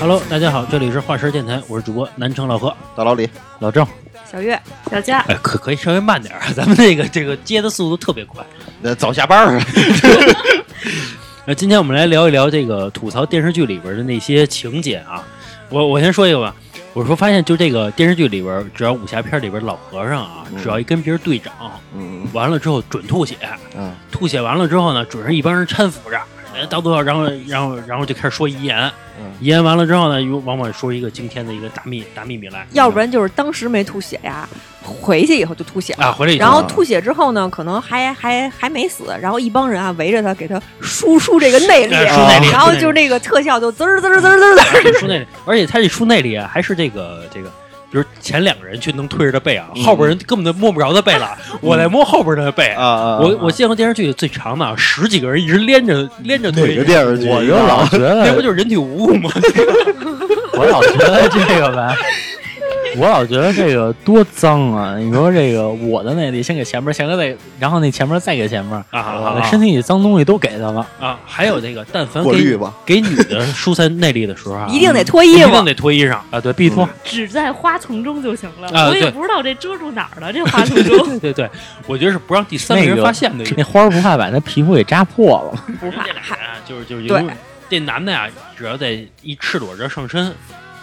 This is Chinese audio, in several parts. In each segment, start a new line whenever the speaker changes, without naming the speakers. Hello，大家好，这里是画师电台，我是主播南城老何、
大老李，
老郑。
小月，
小佳，
哎，可可以稍微慢点儿啊，咱 们这个这个接的速度特别快。
那早 下班儿。啊
那呃今天我们来聊一聊这个吐槽电视剧里边的那些情节啊。我我先说一个吧，我说发现就这个电视剧里边，只要武侠片里边老和尚啊，
嗯
只要一跟别人对掌，
嗯
完了之后准吐血，
嗯
吐血完了之后呢，准是一帮人搀扶着，哎到最后，然后然后然后就开始说遗言，
嗯
遗言完了之后呢，又往往说一个惊天的一个大秘大秘密来
要不然就是当时没吐血呀，回去以后就吐血了。
啊，回来以
然后
啊
吐血之后呢，可能还还还没死，然后一帮人啊围着他，给他输出这个内力，啊
哎输内力
然后就是那个特效就滋儿滋儿滋儿滋儿滋儿，
书内里，而且他这书内里啊，还是这个这个，比如前两个人去能推着他背啊，
嗯
后边人根本就摸不着他背了，我来摸后边的背。
啊啊！
我我见过电视剧里最长的啊，十几个人一直连着连着推，
电呃视
我就老觉
那不
得，
就是人体蜈蚣 吗？
我老觉得这个 吧，我老觉得这个多脏啊！你说这个我的那里先给前面，先给那，然后那前面再给前面，
啊
把
啊
身体里脏东西都给他了。
啊！还有那个，但凡
过滤
给
吧，
给女的疏散内力的时候啊，
一定得脱
一
衣服
定。得脱衣裳啊，对，必
脱。
只在花丛中就行了。
啊
我也
对
不知道这遮住哪儿了，这花丛
对
中
对对对，我觉得是不让第三个
那
人
个
发现的一个。
那花儿不怕把那皮肤给扎破了？
不是
怕
这俩人啊，就是就是
对
因为这男的呀、只要在一赤裸着上身，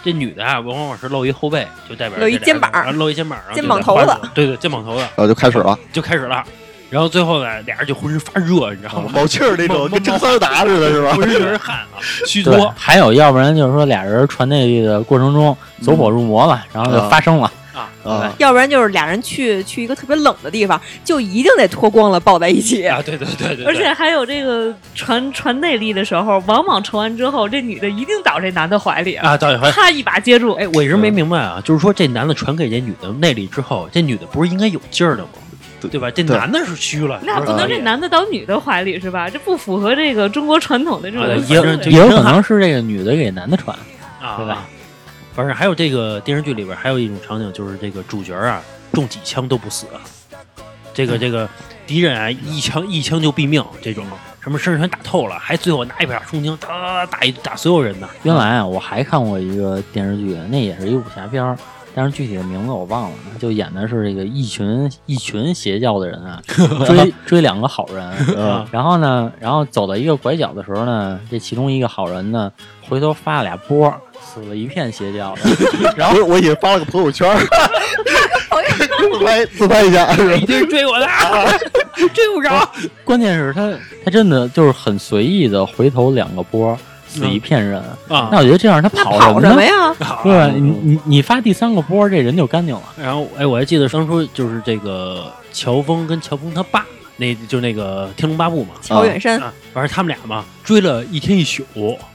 这女的啊，往往是露一后背，就代表
露一
这俩人
肩膀
啊露一肩膀，然后
肩膀
就在花
头
里，对对，肩膀头子
然后就开始了，
就开始了。然后最后呢，俩人就浑身发热，你知道吗？
冒气儿那
冒
种，
冒
跟张三儿打似的，是 吧？
浑身就是汗啊，虚
对
脱，
还有要不然就是说俩人传内力的过程中走火入魔了，然后就发生了。
嗯啊
啊，
要不然就是俩人去去一个特别冷的地方，就一定得脱光了抱在一起。
啊！对对对对，
而且还有这个传传内力的时候，往往传完之后，这女的一定倒这男的怀里，
啊，导演还。
啪一把接住。
哎，我一直没明白啊，就是说这男的传给这女的内力之后，这女的不是应该有劲儿的吗？
对
对吧？这
对
男的是虚了，
那不能这男的倒女的怀里是吧？这不符合这个中国传统的这
啊
种
也
思
有
维。
就
也有
一身
可
汗
能是这个女的给男的传，
啊，
对吧？
反正还有这个电视剧里边还有一种场景，就是这个主角啊中几枪都不死，这个这个敌人啊一枪一枪就毙命，这种什么身上全打透了，还最后拿一把冲锋枪打打一打所有人 呢。
原来啊，我还看过一个电视剧，那也是一武侠片儿，但是具体的名字我忘了。就演的是这个一群一群邪教的人啊，追追两个好人，
嗯
然后呢，然后走到一个拐角的时候呢，这其中一个好人呢，回头发了俩波，死了一片邪教的。
然后我以为发了个朋友圈 儿，自拍自拍一下，是吧
一堆人追我的， 啊追不着。
关键是他他真的就是很随意的回头两个波，死一片人。
啊
那我觉得这样他
那
跑
跑
什
什
么
么
呀？
呀？
对吧？你你你发第三个波，这人就干净了。
然后哎，我还记得当初就是这个乔峰跟乔峰他爸，那就那个《天龙八部》嘛，
乔远山
啊，反正他们俩嘛，追了一天一宿，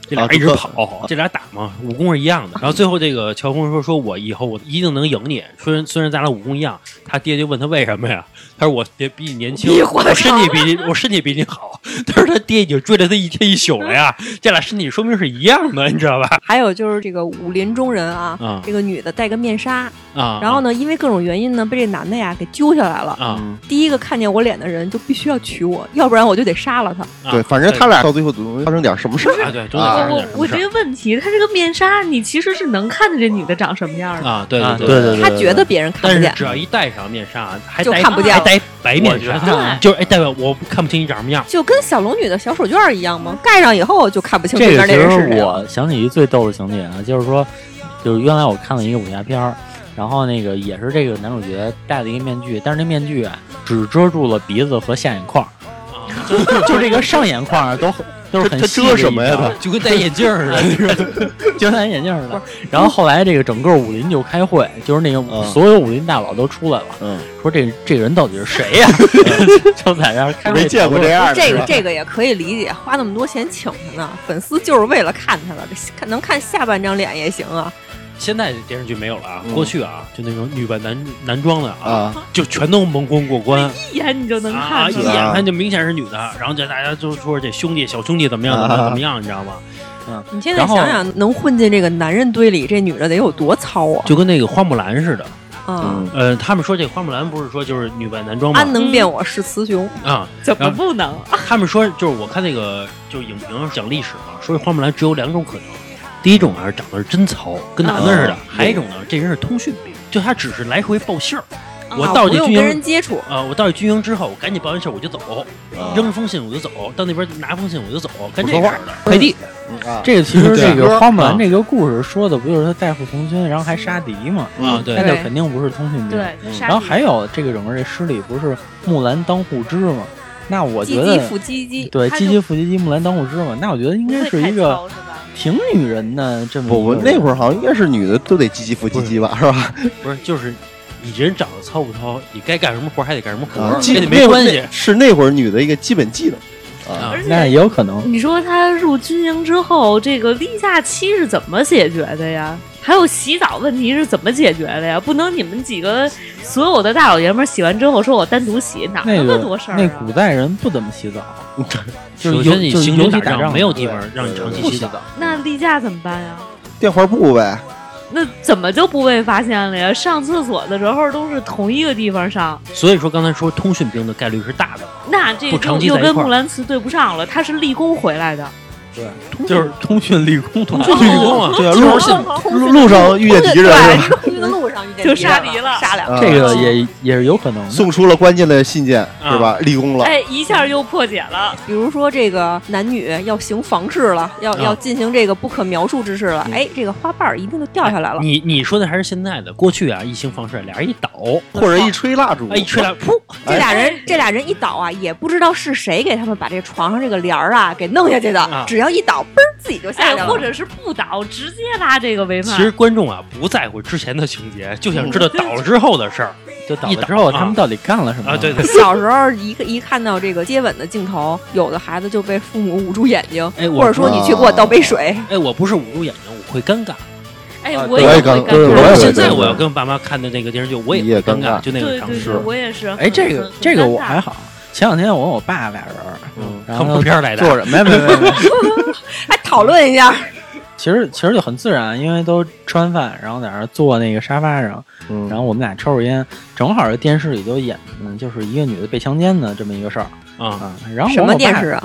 这俩
啊
一直
都
跑，这俩打嘛，武功是一样的。然后最后这个乔峰说：“说我以后我一定能赢你。”虽然虽然咱俩武功一样，他爹就问他为什么呀？他说：“我爹比你年轻，
比我
我身体比你，我身体比你好。”他说：“他爹已经追了他一天一宿了呀，这俩身体说明是一样的，你知道吧
还有就是这个武林中人啊，
啊
这个女的戴个面纱，？”
啊，
然后呢，因为各种原因呢，被这男的呀给揪下来了。
啊？
第一个看见我脸的人就必须要娶我，要不然我就得杀了他。
啊，
对，反正他俩到最后总发生点什么事
啊，
儿。
对，真的
啊
发生
我
点什么
我
事
这
儿
个问题，他这个面纱，你其实是能看见这女的长什么样的。
啊，对
啊
对
对
对
对
他觉得别人看
但
不
是
见，
只要一戴上面纱，还
就
戴
看不见
还
了
戴白面
我
纱
觉，
得
就是哎，代表我看不清你长什么样。
就跟小龙女的小手绢儿一样吗？盖上以后就看不清对
这
面
个
那
其
人是谁
实
了。
我想起一最逗的情节啊，就是说，就是原来我看了一个武侠片儿，然后那个也是这个男主角戴了一个面具，但是那面具啊只遮住了鼻子和下眼框， 就这个上眼框啊都很都是很
他
细
遮
的
什么呀
一张
就跟戴眼镜似的。
就戴眼镜似的。然后后来这个整个武林就开会，就是那
嗯
个所有武林大佬都出来了，
嗯，
说这这人到底是谁呀、 就在那儿
啊
开会
没见过这样的，
这
是
个
吧？
这个也可以理解，花那么多钱请他呢，粉丝就是为了看他了，这看能看下半张脸也行啊。
现在电视剧没有了啊，
嗯
过去啊，就那种女扮男男装的啊，
啊，
就全都蒙混过关
一眼你就能
啊，
看
一
出
是
来。
眼看就明显是女的，然后就大家就说这兄弟小兄弟怎么样怎么样怎么样，你知道吗？
你现在
然后
想想，能混进这个男人堆里，这女的得有多糙啊！
就跟那个花木兰似的，
啊，
嗯，
呃，他们说这花木兰不是说就是女扮男装
安
吗？
能辨我是雌雄，
啊，
怎么不
嗯
能？
他们说就是我看那个就是影评讲历史嘛，说花木兰只有两种可能，第一种啊，长得是真糙，跟男的似的
啊；
还有一种呢，这人是通讯病，就他只是来回报信儿。我
啊
到
不
这
用
军
跟
营
人接触，
啊，我到这军营之后，我赶紧报完信儿我就走，
啊
扔封信我就走，到那边拿封信我就走，干这事儿的快递。
嗯啊，
这个其实
对嗯
这个
歌
花木兰这个故事说的不就是他代父从军，然后还杀敌嘛？
啊，对
那就
对
肯定不是通讯兵。
对，他杀
然后
敌
还有这个整个这诗里不是木兰当户织嘛？那我
唧
觉
唧
得
复唧唧，
对，
他
唧
就
唧复唧唧，木兰当户织嘛。那我觉得应
不
该
会
是
太
一个
糙是吧？
挺女人的这么
我我
一个
那
人
会儿好像应该是女的都得唧唧复唧唧吧，是吧？
不是，就是你人长得糙不糙，你该干什么活儿还得干什么活
啊
儿，，
基
跟你
那
没
会儿
关系
那是那会儿女的一个基本技能啊
啊。
而且
那也有可能。
你说他入军营之后，这个例假期是怎么解决的呀？还有洗澡问题是怎么解决的呀？不能你们几个所有的大老爷们儿洗完之后说我单独洗，哪儿
那
那么
个
多事儿
那
啊
古？代人不怎 么洗澡，就是
首
尤
先你
就是
行
尤
军
其
打
打
仗
仗
没有
对
地方让你长期
不
洗
洗
澡，
澡。
那例假怎么办呀？
电话簿呗，
那怎么就不被发现了呀？上厕所的时候都是同一个地方上，
所以说刚才说通讯兵的概率是大的，
那这
不长
又
期
又
在一
跟
块儿
木兰辞对不上了。他是立功回来的，
就是通讯立功，通
通讯立功啊，
对啊，
金
路
猴信
路路上遇见敌人是 吧？
对，的路上遇见
就
敌
杀
人
敌了
杀两
啊
这个也也是有可能的。
送出了关键的信件
啊
是吧？立功了，
哎，一下又破解了。
比如说这个男女要行房事了，要、
啊
要进行这个不可描述之事了，哎，这个花瓣儿一定就掉下来
哎
了。
你你说的还是现在的，过去啊，一行房事，俩人一倒，
或者一吹蜡烛
哎，，一吹来，噗，
这俩人，这俩人一倒啊，也不知道是谁给他们把这床上这个帘儿啊给弄下去的，
啊
只要一倒，嘣儿自己就下
哎
去，了。
或者是不倒，直接拉这个为
其
犯。
实观众啊不在乎之前的情节，就想知道倒了之后的事儿
就倒
一
了
倒
之后，他
啊
们到底干了什么
啊，对对。
小时候一个一看到这个接吻的镜头，有的孩子就被父母捂住眼睛，
哎我
或者说你去给我倒杯水，
哎，我不是捂住眼睛，我会尴尬。
哎，
啊
我
对
也
我
会
也
尴
刚对
尬
我也会
现在
尴尬
我要跟爸妈看的那个电视剧，我
你
也
也
会尴
尴尬
就那
对
个
对
场
对，
景，
我也是。
哎，这个
很
这个我还。
嗯很尴尬
好。前两天我跟我爸俩人儿，
嗯，
然
看
后
恐怖片儿来的
坐。着，没没没没，
还讨论一下。
其实其实就很自然，因为都吃完饭，然后在那儿坐那个沙发上，
嗯
然后我们俩抽着烟，正好这电视里就演，嗯，就是一个女的被强奸的这么一个事儿
啊，
啊。然后我
什
跟我
么
爸
电视啊？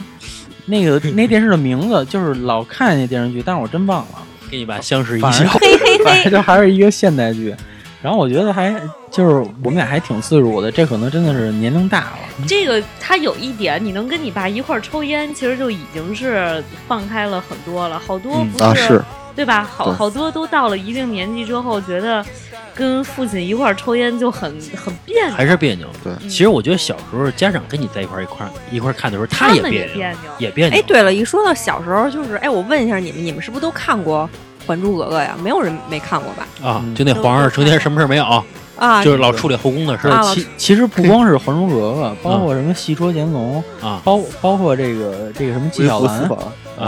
那个那电视的名字就是老看那电视剧，但是我真忘了，
给你爸相视一
反
笑
正。
嘿嘿
反正
嘿，
就还是一个现代剧。然后我觉得还就是我们俩还挺自如的，这可能真的是年龄大了。
这个他有一点，你能跟你爸一块儿抽烟，其实就已经是放开了很多了。好多
嗯
不
啊是，
对吧？好
对
好多都到了一定年纪之后，觉得跟父亲一块儿抽烟就很很别扭。
还是别扭。
对
其实我觉得小时候家长跟你在一块儿一块儿一块儿看的时候，他也
他们也
别扭
别扭，
也别扭。
哎，对了，一说到小时候，就是哎，我问一下你们，你们是不是都看过《还珠格格》呀？没有人没看过吧？
啊
嗯，
就那皇上成天什么事儿没有啊，
啊，
就是老处理后宫的事儿
啊
其其实不光是《还珠格格》，包括什么《戏说乾隆》，
啊
包包括这个这个什么纪
微
晓
服私
岚，
访，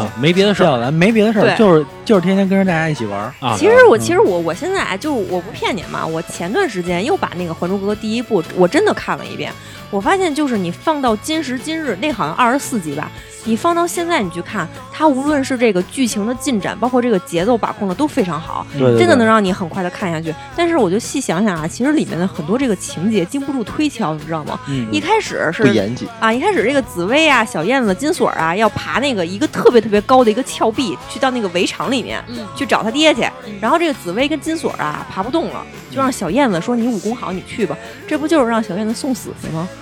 啊，没别的
纪
事儿
晓岚没别的事儿，
对
就是就是天天跟着大家一起玩儿。
啊。
其实我
嗯
其实我我现在啊就我不骗你嘛，我前段时间又把那个《还珠格格》第一部我真的看了一遍，我发现就是你放到今时今日，那好像二十四集吧，你放到现在你去看，它无论是这个剧情的进展，包括这个节奏把控的都非常好，
对对
真的能
对
让你很快的看下去。但是我就细想想啊，其实里面的很多这个情节经不住推敲，你知道吗？
嗯
一开始
不
是
严谨，
啊，一开始这个紫薇啊、小燕子、金锁啊，要爬那个一个特别特别高的一个峭壁，去到那个围场里面。
嗯，
去找他爹去
嗯。
然后这个紫薇跟金锁啊爬不动了，就让小燕子说：“你武功好，你去吧。”这不就是让小燕子送死去吗？
嗯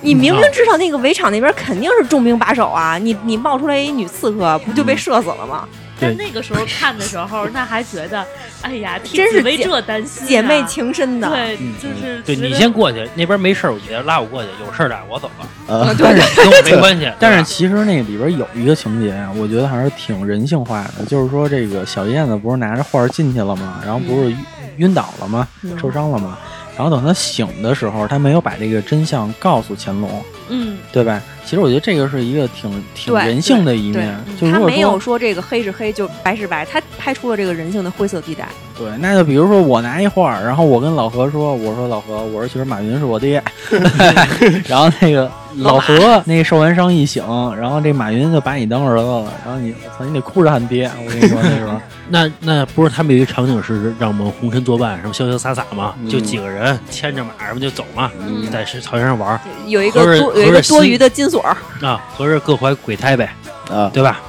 你明明知道那个围场那边肯定是重兵把守啊，你你冒出来一女刺客，不就被射死了吗？
但那个时候看的时候，那还觉得，哎呀，替
真是
紫薇
姐
这担心啊
姐妹情深的，
对啊
嗯，
就是
对
觉得
你先过去，那边没事儿，你拉我过去；有事儿的我走了，
呃
啊，
但是跟我没关系。
呃但是
对吧
其实那里边有一个情节，啊我觉得还是挺人性化的，就是说这个小燕子不是拿着画儿进去了吗？然后不是晕晕倒了吗？
嗯
啊
受伤了吗？然后等她醒的时候，她没有把这个真相告诉乾隆，
嗯，
对吧？其实我觉得这个是一个挺挺
对
人性的一面，就
他
如果
没有
说
说这个黑是黑就白是白，他拍出了这个人性的灰色地带。
对，那就比如说我拿一画儿，然后我跟老何说，我说老何，我说其实马云是我爹， 然后那个老何那受完伤一醒，然后这马云就把你当儿子了，然后你操你得哭着喊爹，我跟你说那时候。
那那不是他们有一场景是让我们红尘作伴，什么潇潇洒洒嘛，就几个人牵着马什么就走嘛，在是草原上玩儿
有一个
合着
多有一个
合着心
多余的金锁，
啊，合着各怀鬼胎呗，
啊，
对吧？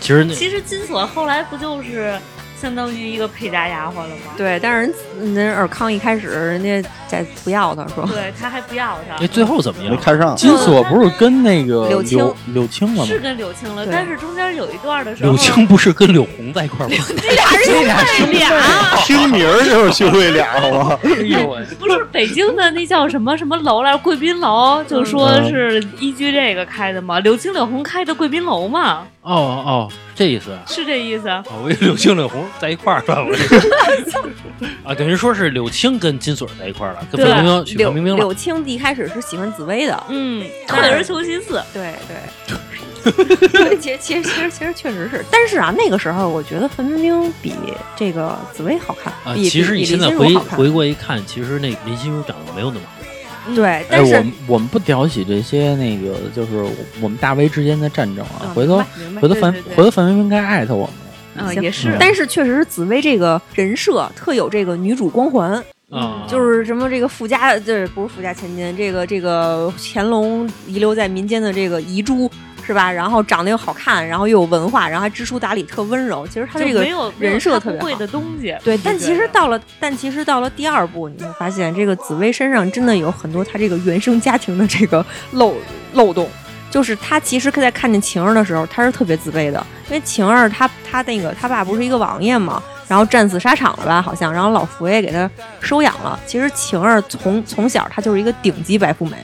其实那
其实金锁后来不就是相当于一个配搭丫鬟了吗？
对，但是人人尔康一开始人家在不要他说，
对，他还不要
哎，
他，
最后怎么
没
样？
看上，
金锁不是跟那个
柳青
柳柳青了吗
是？跟柳青了，
对
但是中间有一段的时候，
柳青不是跟柳红在一块儿吗？
这俩兄俩，
听名儿就是兄弟俩，好吗？
哎呦喂，
不是北京的那叫什么什么楼来着？贵宾
嗯
楼，就说是依据这个开的嘛，柳青柳红开的贵宾楼嘛，
哦哦，这意思啊。
是这意思？
哦，我以为柳青柳红在一块儿了，我这 啊，等于说是柳青跟金锁在一块儿了，跟
对
范冰
嗯
冰、许
柳
范冰冰了。
柳青一开始是喜欢紫薇的，
嗯，退而求其次，
对对。 其实其实其实其实确实是，但是啊，那个时候我觉得范冰冰比这个紫薇好看，
啊，
比
其实
比
你
比
现在
林
回
心如好看嗯
回过一看，其实那林心如长得没有那么好看。
对，
哎，
但
我
是
们我们不挑起这些那个，就是我们大 V 之间的战争
啊。
啊回头
明白
回头
对
范
对对
回头范冰冰该艾特我们。
嗯，
行
也是，
但是确实是紫薇这个人设特有这个女主光环，
啊，
就是什么这个富家，这不是富家千金，这个这个乾隆遗留在民间的这个遗珠是吧？然后长得又好看，然后又有文化，然后还知书达理，特温柔。其实他
就
这个
没有
人设特
没
别
有他不会
好
的东西，
对，
就
但
觉
其实
得
到了，但其实到了第二部，你会发现这个紫薇身上真的有很多她这个原生家庭的这个漏漏洞。就是她其实在看见晴儿的时候，她是特别自卑的，因为晴儿她她那个她爸不是一个王爷嘛，然后战死沙场了吧，好像，然后老佛爷给她收养了。其实晴儿从从小她就是一个顶级白富美，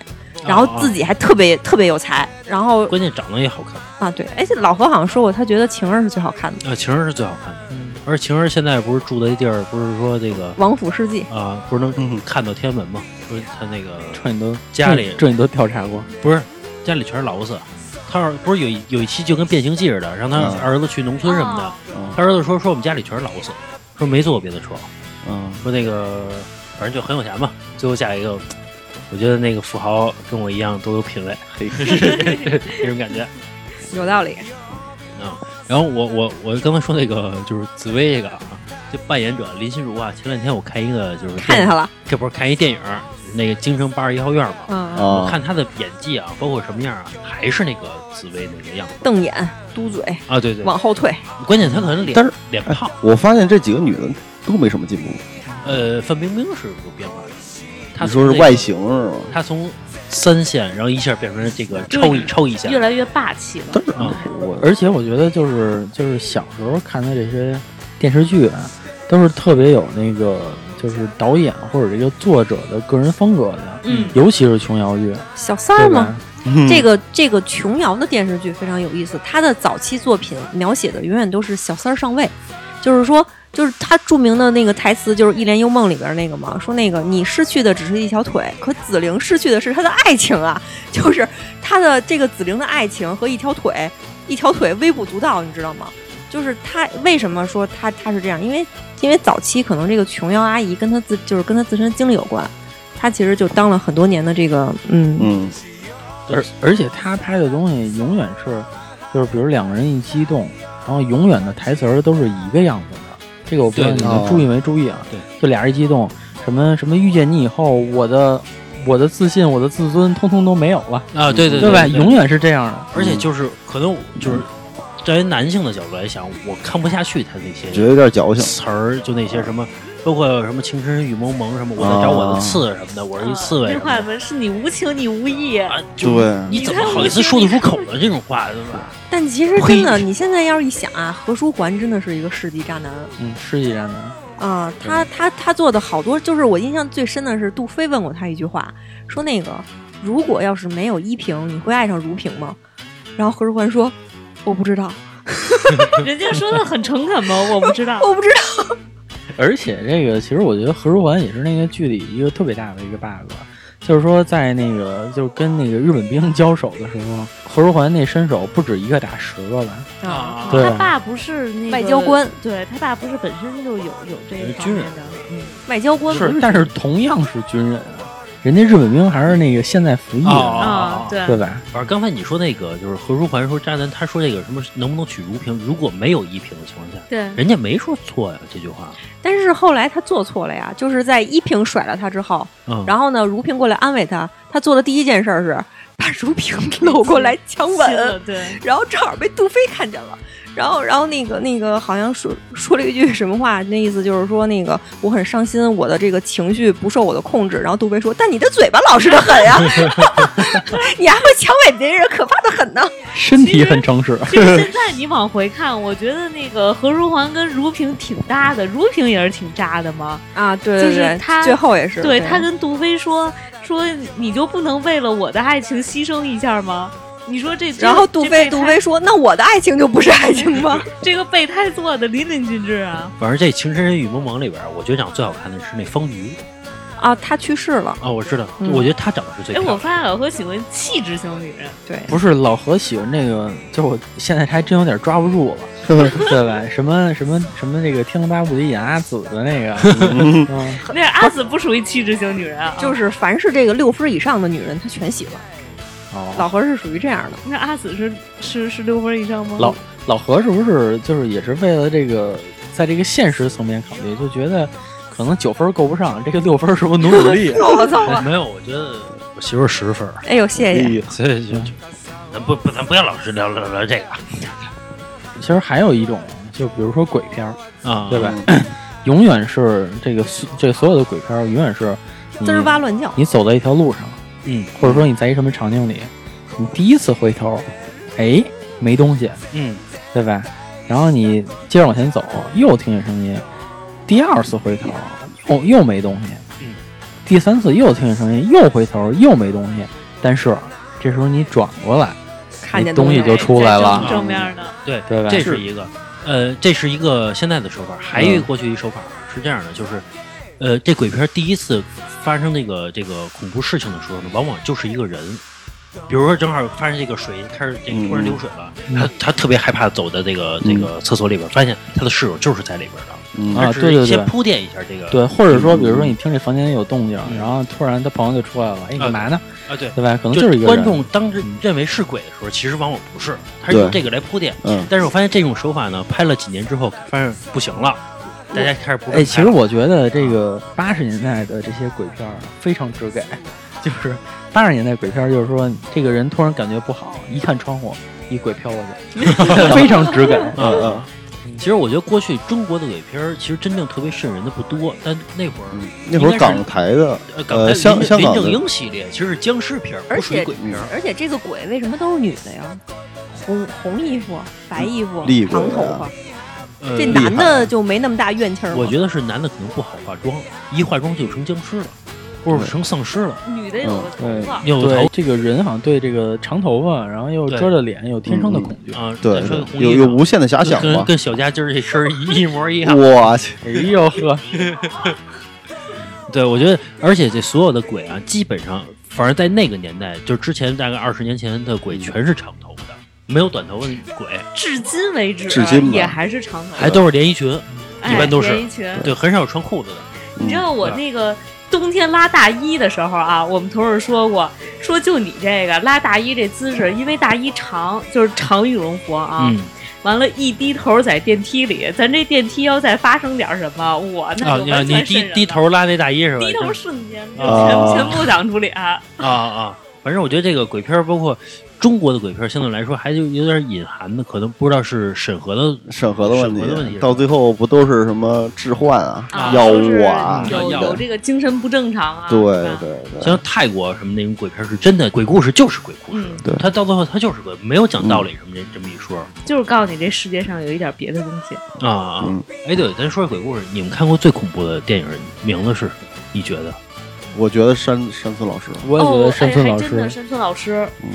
然后自
己
己还特别特别有才，然后
关键长得也好看
啊对，而且老何好像说过，他觉得晴儿是最好看的，
啊，晴儿是最好看的。而晴儿现在不是住的地儿，不是说这个
王府世纪。
啊，不是
嗯
能看到天安门吗？说他那个
这你都
家里
这你都调查过？
不是家里全是老死，他儿不是有一有一期就跟变形记似的，让他
嗯
儿子去农村什么的
哦，
他儿子说说我们家里全是老死，说没做过别的车，
嗯，
说那个反正就很有钱嘛，最后嫁一个，我觉得那个富豪跟我一样都有品位， 这种感觉。
有道理，
啊。然后我我我刚才说那个就是紫薇这个啊，这扮演者林心如啊，前两天我看一个就是
看见
电
他了，
这不是看一电影儿，那个《京城八十一号院》嘛。
嗯，
我
啊，
看她的演技啊，包括什么样啊，还是那个紫薇那个样子
瞪眼、嘟嘴、
啊，对对。
往后退，
关键她可能脸
但是
脸胖，
我发现这几个女的都没什么进步。
呃，范冰冰是有变化的。她
你说
从
是
那
外
个，
形是吗？
她从三线，然后一下变成这个
就
超一超一线
越来越霸气了。
啊，
我
而且我觉得就是就是小时候看的这些电视剧啊，都是特别有那个就是导演或者这个作者的个人风格的，
嗯，
尤其是琼瑶剧，
小三儿
对
嘛
吧。？
嗯
嗯
这个这个琼瑶的电视剧非常有意思，她的早期作品描写的永远都是小三儿上位，就是说，就是她著名的那个台词就是《一帘幽梦》里边那个嘛，说那个你失去的只是一条腿，可紫菱失去的是她的爱情啊， 就是她的这个紫菱的爱情和一条腿，一条腿微不足道，你知道吗？就是她为什么说她她是这样，因为因为早期可能这个琼瑶阿姨跟她自就是跟她自身经历有关，她其实就当了很多年的这个嗯
嗯，
而而且他拍的东西永远是，就是比如两个人一激动，然后永远的台词儿都是一个样子的。这个我不知道
对
你
对
们
对
注意没注意啊？
对，
就俩人一激动，什么什么遇见你以后，我的我的自信、我的自尊，通通都没有了，
啊，对对
对吧？
对
永远是这样的。
而且就是可能就是站于男性的角度来想，我看不下去他那
觉
些
得有点矫情。
词儿，就那些什么，包括什么情深雨蒙蒙什么，我在找我的刺什么的，我是一刺猬
那
什
话
么的
们是你无情，你无义。
啊，就
对，
你怎么好意思说得出口呢？这种话，对吧？
但其实真的，你现在要是一想啊，何书桓真的是一个世纪渣男
嗯，是这样的。
啊、他他他做的好多，就是我印象最深的是杜飞问过他一句话，说那个如果要是没有依萍，你会爱上如萍吗？然后何书桓说。我不知道，
人家说的很诚恳吗？ 我不知道。
我不知道。
而且这个其实我觉得何书桓也是那个剧里一个特别大的一个 bug，就是说在那个就是跟那个日本兵交手的时候，何书桓那身手不止一个打十个吧？
啊，
对
他爸不是那个
外交官，
对他爸不是本身就有有这一方面的，嗯，
外交官
是，但是同样是军人啊，人家日本兵还是那个现在服役的，
哦
啊，对，
对吧？
反正刚才你说那个就是何书桓说渣男，他说这个什么能不能娶如萍，如果没有依萍的情况下，
对
人家没说错呀这句话。
但是后来他做错了呀，就是在依萍甩了他之后，
嗯，
然后呢，如萍过来安慰他，他做的第一件事儿是把如萍搂过来强吻。
对，
然后正好被杜飞看见了，然后，然后那个那个好像说说了一句什么话，那意思就是说那个我很伤心，我的这个情绪不受我的控制。然后杜飞说：“但你的嘴巴老实的很 呀，你还会强吻别人，可怕的很呢。
身体很诚实。
其实现在你往回看，我觉得那个何书桓跟如萍挺搭的，如萍也是挺渣的嘛。”
啊，对
就
对
是
对，
他
最后也是
对他跟杜飞说说，你就不能为了我的爱情牺牲一下吗？你说这，
然后
这
杜
备
飞
胎
杜飞说：“那我的爱情就不是爱情 吗
这个备胎做的淋漓尽致啊！
反正这《情深深雨蒙蒙》里边，我觉得长得最好看的是那方瑜？”
啊，他去世了，
啊，我知道，
嗯
我觉得她长得是最
哎，
漂亮
我
的。
发现老何喜欢气质型女人，
对，
不是老何喜欢这个，就我现在还真有点抓不 住了，对吧？什么什么什么那个《天龙八部》里演阿紫的那 个，嗯
那是阿紫不属于气质型女 人啊，
就是凡是这个六分以上的女人，他全喜欢。
哦，
老何是属于这样的，
那阿紫是是是六分以上吗？
老老何是不是就是也是为了这个，在这个现实层面考虑，就觉得可能九分够不上，这个六分是不是努努 力？
我操啊！
哎没有，我觉得我媳妇儿十分儿，
哎呦，谢谢。
所以
嗯
就就咱不不咱不要老是聊聊聊这个
其实还有一种，就比如说鬼片儿，
啊，
对吧？ 永远是这个这所有的鬼片儿，永远是你
滋儿哇乱叫，
你走在一条路上，
嗯，
或者说你在一什么场景里，你第一次回头，哎，没东西，
嗯，
对吧？然后你接着往前走，又听见声音，第二次回头，哦，又没东西，
嗯，
第三次又听见声音，又回头，又没东西，但是这时候你转过来，
看见
那东西就出来
啊
了
在正正面呢，
对
对吧
这是一个，呃，这是一个现在的手法，还有
嗯
一个过去一手法是这样的，就是，呃，这鬼片儿第一次发生这个这个恐怖事情的时候呢，往往就是一个人。比如说，正好发现这个水开始这
嗯
个突然流水了，他他特别害怕走到这个这个厕所里边，发现他的室友就是在里边的，
嗯
啊
他只
对对对
是先铺垫一下嗯这个，
对，或者说，比如说你听这房间有动静，然后突然他朋友就出来了，哎，你干嘛呢？
嗯啊对，
对吧？可能
就是
一个
观
人
众当认认为是鬼的时候，其实往往不是，他是用
对
这个来铺垫。
嗯，
但是我发现这种手法呢，拍了几年之后，发现不行了，大家开始不
哎，其实我觉得这个八十年代的这些鬼片儿啊非常直给，就是八十年代鬼片，儿，就是说这个人突然感觉不好，一看窗户，一鬼飘过去， 非常直 给。
嗯嗯，
其实我觉得过去中国的鬼片儿，其实真正特别瘆人的不多，但那会儿
那会儿港台的，
呃，港台
呃，香
林
香
林
港
正
的，
英系列其实是僵尸片儿，不属于鬼片儿。
而且这个鬼为什么都是女的呀？红红衣服、白衣服、
厉鬼
长
啊
头发，
呃
这
哪
男的就没那么大怨气儿吗。
我觉得是男的可能不好化妆，一化妆就成僵尸了，或者成丧尸了。
女的有个
嗯
头发，
有
对
头
这个人好像对这个长头发，然后又遮着脸，有天生的恐惧。
啊，
对
再说个，红
有
衣
有
裳
无限的遐想
跟
嘛。
跟小家今儿这身儿一一模一样。
我去，
哎呦 呵，
对，我觉得，而且这所有的鬼啊，基本上，反正在那个年代，就之前大概二十年前的
嗯
鬼，全是长头发的，没有短头发的鬼，
至今为止啊
至今吧
也还是长头发，
还都是连衣裙，
哎
一般都是
连衣裙。
对，很少有穿裤子的。
嗯
你知道我
对
那个冬天拉大衣的时候啊，我们同事说过，说就你这个拉大衣这姿势，因为大衣长，就是长羽绒服啊。
嗯，
完了，一低头在电梯里，咱这电梯要再发生点什么，我那
啊，
就
你
完
你
全
低
渗人
低
了
头拉那大衣是吧？
低头
就
瞬间就
啊
全全部挡住脸。
啊啊！反正我觉得这个鬼片，儿，包括中国的鬼片，儿，相对来说还就有点隐含的，可能不知道是审核的
审核的问
审核的问
题，
题
到最后不都是什么置换啊
啊，、
药
就
物
是嗯
啊？
有
药物
有这个精神不正常啊，
对
是吧
对对，
像泰国什么那种鬼片儿是真的鬼故事就是鬼故事
嗯，
对
它到最后它就是鬼，没有讲道理什么这这么一说
就是告诉你这世界上有一点别的东西。
啊啊！
嗯，
哎，对，咱说说鬼故事，你们看过最恐怖的电影名字是？你觉得？
我觉得山山村老师，
我也觉得山村
哦哎
老
还真的
师，
山村老师，
哎，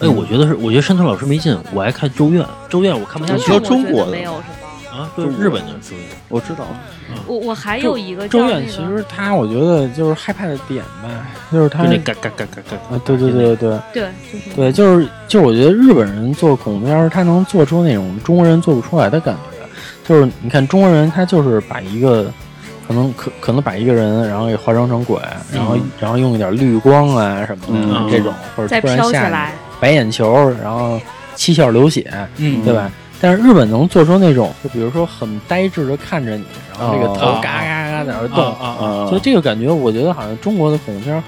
嗯
我觉得是，我觉得山村老师没劲，我爱看《咒怨》，《咒怨》我看不下
你
去
说中国的
没有什么。
啊，对，
中国
日本的《咒怨》。
我知道，
嗯
我我还有一个叫
周
那
院
个
其实他，我觉得就是害怕的点吧，就是他
就那嘎嘎嘎嘎嘎
啊，对对对对对。
对，就是
对，就是就是，我觉得日本人做恐怖片儿，他能做出那种中国人做不出来的感觉。就是你看中国人，他就是把一个可能可可能把一个人，然后给化妆成鬼，然后、
嗯
然后用一点绿光啊什么的、
嗯
这种，或者
再
突然
飘起
下
来，
白眼球，然后七窍流血，
嗯
对吧？但是日本能做出那种，就比如说很呆滞的看着你，然后这个头
哦
嘎嘎嘎在那儿动，
啊啊啊！
啊
嗯所以，这个感觉，我觉得好像中国的恐怖片儿，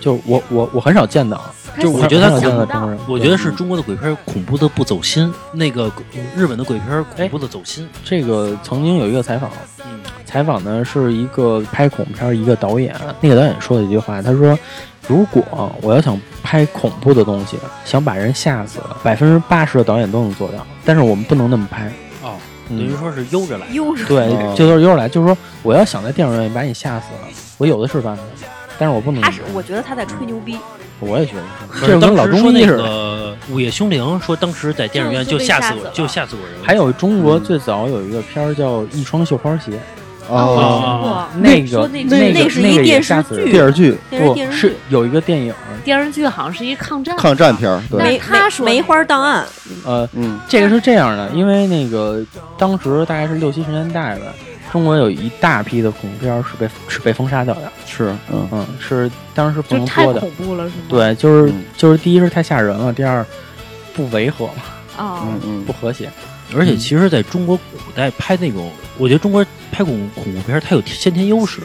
就我我我很少见到，
就是我觉得他
现
恐
在
怖，
中国人，
我觉得是中国的鬼片儿恐怖的不走心，那个日本的鬼片儿
哎
恐怖的走心。
这个曾经有一个采访，
嗯
采访的是一个拍恐怖片儿一个导演，那个导演说了一句话，他说：“如果我要想拍恐怖的东西，想把人吓死，百分之八十的导演都能做到，但是我们不能那么拍。
哦，等于
嗯”
说是悠着来。
悠着
对
哦，
这都是悠着来，就是说我要想在电影院把你吓死，我有的是办法，但是我不能。
他是，我觉得他在吹牛逼。
我也觉得
可是
是，这跟
当
老
时
中
说
医
那
似的。
个《午夜凶铃》，说当时在电影院
就
就
被
吓
吓
死
死
我，
了
就吓死过人了。
还有中国
嗯
最早有一个片儿叫《一双绣花鞋》，
啊
我
啊
哦，
那
听过说
个
那
个
那是一
那个也
电视
吓死人
剧
电视剧
电视电视
不是
剧
有一个电影，
电视剧好像是一抗战
抗战片儿，
那
对，
梅
是他
梅
说
梅
那
花
个
档案，
呃，
嗯，
这个是这样的，因为那个当时大概是六七十年代吧，中国有一大批的恐怖片儿是被是被封杀掉的，
是，嗯，
嗯，是当时不
就
能
太
播的
恐，怖了，是吗？
对，就是
嗯
就是第一是太吓人了，第二不违和嘛，
啊，
嗯嗯
不，和谐，
而且其实在中国古代拍那种，我觉得中国拍恐恐怖片儿它有先天优势，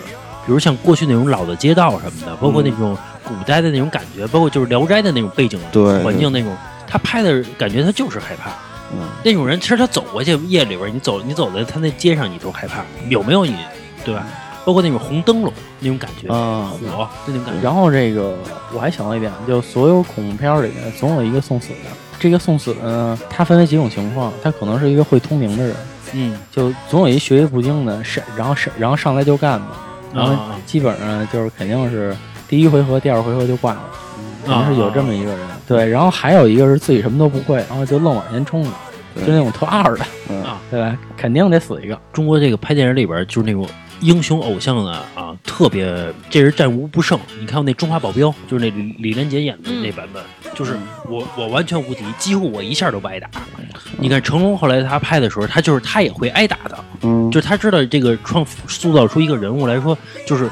比如像过去那种老的街道什么的，包括
嗯
那种古代的那种感觉，包括就是《聊斋》的那种背景
对
环境那种，他拍的感觉他就是害怕。
嗯
那种人其实他走过去夜里边儿，你走你走在他那街上，你都害怕，有没有你，对吧？包括那种红灯笼那种感觉，
啊。
火那种感觉，
然后这个我还想到一点，就所有恐怖片儿里面总有一个送死的，这个送死的呢，它分为几种情况，他可能是一个会通灵的人。
嗯
就总有一学艺不精的，是然后是然后上来就干嘛，
啊
然后基本上就是肯定是第一回合、第二回合就挂了，
啊
肯定是有这么一个人。对，然后还有一个是自己什么都不会，然后就愣往前冲了，
对
就那种特二的，
嗯
啊
对吧？肯定得死一个。
中国这个拍电影里边儿就是那种英雄偶像的啊，特别这人战无不胜。你看过那《中华保镖》，就是那李李连杰演的那版本，就是我我完全无敌，几乎我一下都不挨打。你看成龙后来他拍的时候，他就是他也会挨打的，
嗯，
就是他知道这个创塑造出一个人物来说，就是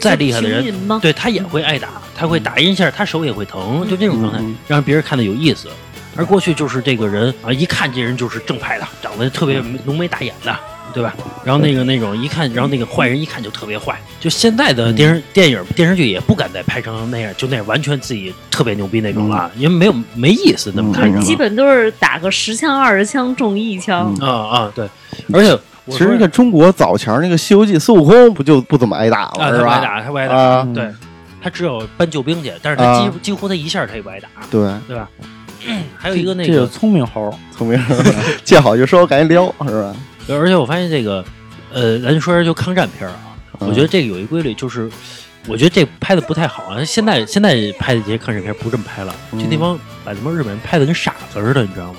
再厉害的人
平民吗？
对他也会挨打，他会打一下，他手也会疼，就这种状态
嗯嗯，
让别人看的有意思。而过去就是这个人啊，一看这人就是正派的，长得特别
嗯
浓眉大眼的，对吧？然后那个那种一看，然后那个坏人一看就特别坏。就现在的
嗯
电视、电影、电视剧也不敢再拍成那样，就那样完全自己特别牛逼那种了啊，因为没有没意思那么看着
嗯
了
基本都是打个十枪二十枪中一枪
嗯，
啊啊！对，而且我
其实
说
你看中国早前儿那个《西游记》，孙悟空不就不怎么挨打
啊，
了，
他
是
不挨
吧？
打，他嗯不挨打，
嗯
啊，
对他只有搬救兵去，但是他
啊
几、乎几乎他一下他也不挨打，
对，
对吧？还有一个那
这
个
个聪明猴，
聪明，见好就收，赶紧撩，是吧？
对而且我发现这个，呃，咱说一下就抗战片儿啊，
嗯
我觉得这个有一规律，就是我觉得这拍的不太好啊。现在现在拍的这些抗战片儿不这么拍了，
嗯
这地方把他们日本人拍的跟傻子似的，你知道吗？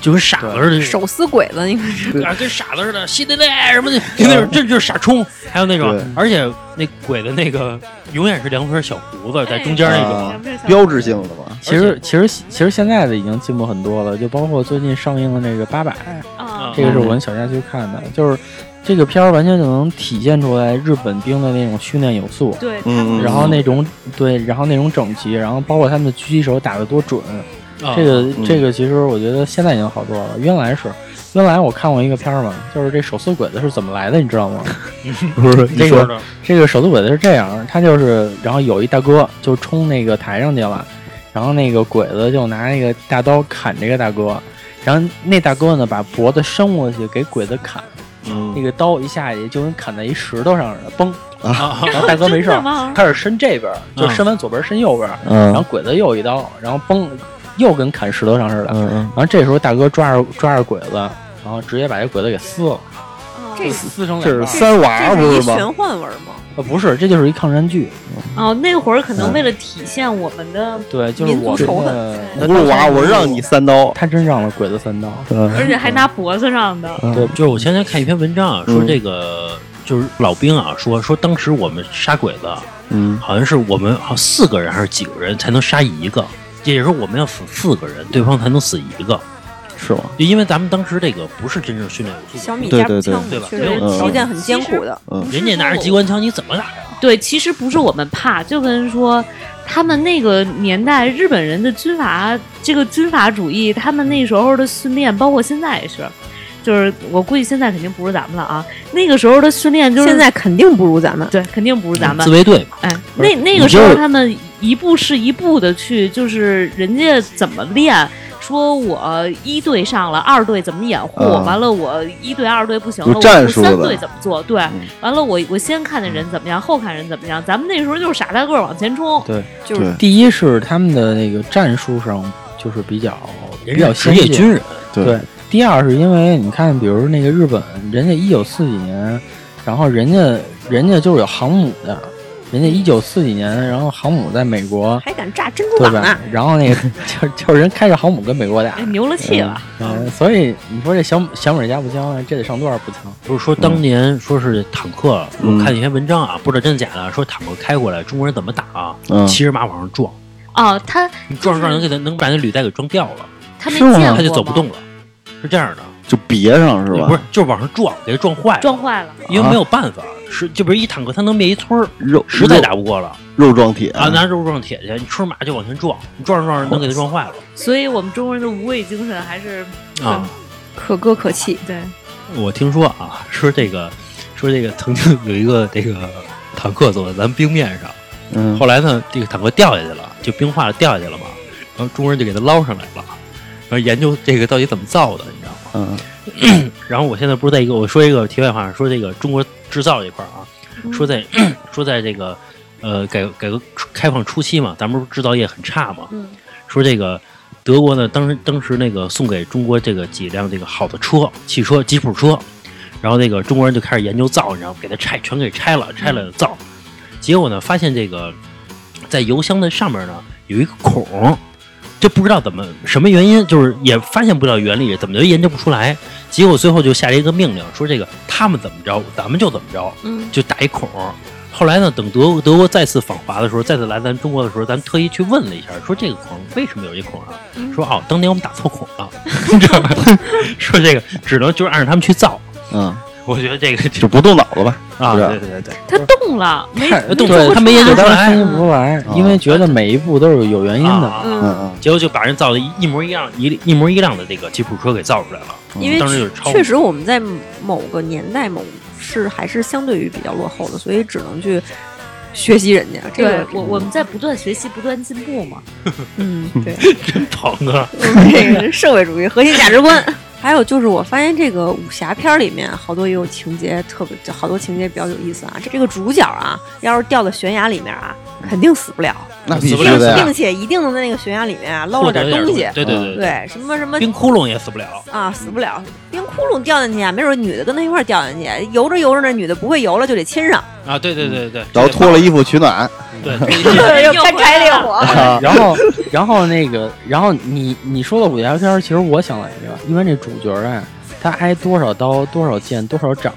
就跟傻子似的。
手撕鬼子，你可是
啊，跟傻子似的，稀里赖什么的，就那种，这就是傻冲，还有那种
嗯对，
而且那鬼的那个永远是两根小胡子在中间那种，
啊标志性的嘛，
其实其实其实现在的已经进步很多了，就包括最近上映的那个《八佰》，
啊，
这个是我跟小夏去看的，就是这个片儿完全就能体现出来日本兵的那种训练有素。
对，
嗯
然后那种对，然后那种整齐，然后包括他们的狙击手打得多准，
啊
这个
嗯
这个其实我觉得现在已经好多了。原来是，原来我看过一个片儿嘛，就是这手撕鬼子是怎么来的，你知 道吗？
不是
这
你
个
说说
这个手撕鬼子是这样，他就是，然后有一大哥就冲那个台上去了，然后那个鬼子就拿那个大刀砍这个大哥，然后那大哥呢把脖子伸过去给鬼子砍，那
嗯
个刀一下去就跟砍在一石头上似的，嘣，
啊，
然后大哥没事
真的
儿，
吗？
开始伸这边儿，就
啊
嗯
伸完左边儿伸右边儿。然后
嗯
鬼子又一刀，然后崩，又跟砍石头上似的。
嗯嗯，
然后这时候大哥抓着抓着鬼子，然后直接把这鬼子给撕了，
哦
这
撕成
这
两
是
半。
三娃
这
不
是一
是吗？
玄幻文吗？
呃，不是，这就是一抗战剧。
哦，那会儿可
嗯
能为了体现我们的，
对，就是
民族
我
仇
们
恨
的
葫芦娃，我让你，三刀，
他真让了鬼子三刀。
而且还拿脖子上的，
对
对，
就是我前天看一篇文章啊，
嗯
说这个、就是老兵啊，说说当时我们杀鬼子，
嗯
好像是我们好像四个人还是几个人才能杀一个，也就是说我们要死四个人，对方才能死一个，
是吗？
就因为咱们当时这个不是真正训练武术
小
的，
米
对
加
对对
枪
对
确
对
实
嗯
条件很艰苦的，
嗯
人家拿着机关枪你怎么打呀？
对，其实不是我们怕，就跟说他们那个年代日本人的军阀，这个军阀主义，他们那时候的训练，包括现在也是，就是我估计现在肯定不是咱们了啊，那个时候的训练就是
现在肯定不如咱们。
对，肯定不是咱们
自。卫队嘛，
哎，那那
你
个时
就
候
是
他们一步是一步的去，就是人家怎么练。说我一队上了，二队怎么掩护？
嗯
完了，我一队、二队不行
有
了，
战
我
术
三
的
队怎么做？对，
嗯
完了我我先看见人怎么样，后看人怎么样。咱们那时候就是傻大个儿往前冲，
对，
就是
第一是他们的那个战术上就是比较比
人
较
家
先
职业
进
军人，
对
对，第二是因为你看，比如那个日本，人家一九四几年，然后人家人家就是有航母的，人家一九四几年，然后航母在美国，
还敢炸珍珠啊
对
港
吧
呢？？
然后那个 就就是人开着航母跟美国打
哎，，牛了气了。
嗯，所以你说这小小美加步枪，啊这得上多少步枪？
不是说当年说是坦克，
嗯
我看一些文章啊，不知道真的假的，说坦克开过来，中国人怎么打啊？
嗯
骑着马往上撞，
哦，他
你撞着撞着能给他能把那履带给撞掉了，
他没
是吗
见过
他就走
吗
不动了，是这样的，
就别上是吧？
不是就是往上撞，给他撞坏了，
撞坏了。
因为没有办法，是就比如一坦克，它能灭一村儿，
肉
实在打不过了
肉撞铁
啊，拿肉撞铁去，你车马就往前撞，你撞着撞着能给它撞坏了
所以我们中国人的无畏精神还是
啊。
可歌可泣，
对，
我听说啊，说这个说这个曾经有一个这个坦克走在咱们冰面上，
嗯，
后来呢，这个坦克掉下去了，就冰化了掉下去了嘛，然后中国人就给它捞上来了，然后研究这个到底怎么造的，你知道吗？
嗯
然后我现在不是在一个，我说一个题外话，说这个中国制造这块儿啊，
嗯
说在 说在这个呃改改革开放初期嘛，咱们不是制造业很差嘛，
嗯
说这个德国呢，当时当时那个送给中国这个几辆这个好的车，汽车吉普车，然后那个中国人就开始研究造，然后给它拆，全给拆了，拆了造，结果呢发现这个在油箱的上面呢有一个孔儿。这不知道怎么什么原因，就是也发现不了原理，怎么就研究不出来。结果最后就下了一个命令，说这个他们怎么着，咱们就怎么着。
嗯，
就打一孔。后来呢，等德国德国再次访华的时候，再次来咱中国的时候，咱们特意去问了一下，说这个孔为什么有一孔啊？
嗯
说哦，当年我们打错孔了， 你知道吗？说这个只能就是按照他们去造。
嗯，
我觉得这个
就不动脑子吧。
啊，
是
对
啊
对对对，
他动了，没
太
没
动
做
作
过
他没研究
我
出
当时
来
分析不出来，因为觉得每一步都是有原因的。
啊
嗯
嗯
嗯，
结果就把人造的一模一样、一一模一样的这个吉普车给造出来了。
嗯因为
当时就是超
确实我们在某个年代某是还是相对于比较落后的，所以只能去学习人家。这
对
个
我，我们在不断学习，不断进步嘛。
嗯， 对，
真捧啊！
这个社会主义核心价值观。 还有就是，我发现这个武侠片儿里面好多也有情节特别，就好多情节比较有意思啊。这个主角啊，要是掉到悬崖里面啊，肯定死不了，
那必须
死不
的
了
呀
并。且一定能在那个悬崖里面啊捞
获
了
得
点
点
东西。嗯
对对对对，
对，什么什么
冰窟窿也死不了。
啊，死不了，冰窟窿掉进去啊，没准女的跟他一块儿掉进去，啊游着游着那女的不会游了，就得亲上，
啊，对对对对，
嗯然后脱了衣服取暖
对， 对对
又开开烈火。
啊，
然后， 然后那个，然后你你说的武侠片儿，其实我想了一个，因为这主角啊，他挨多少刀、多少剑、多少掌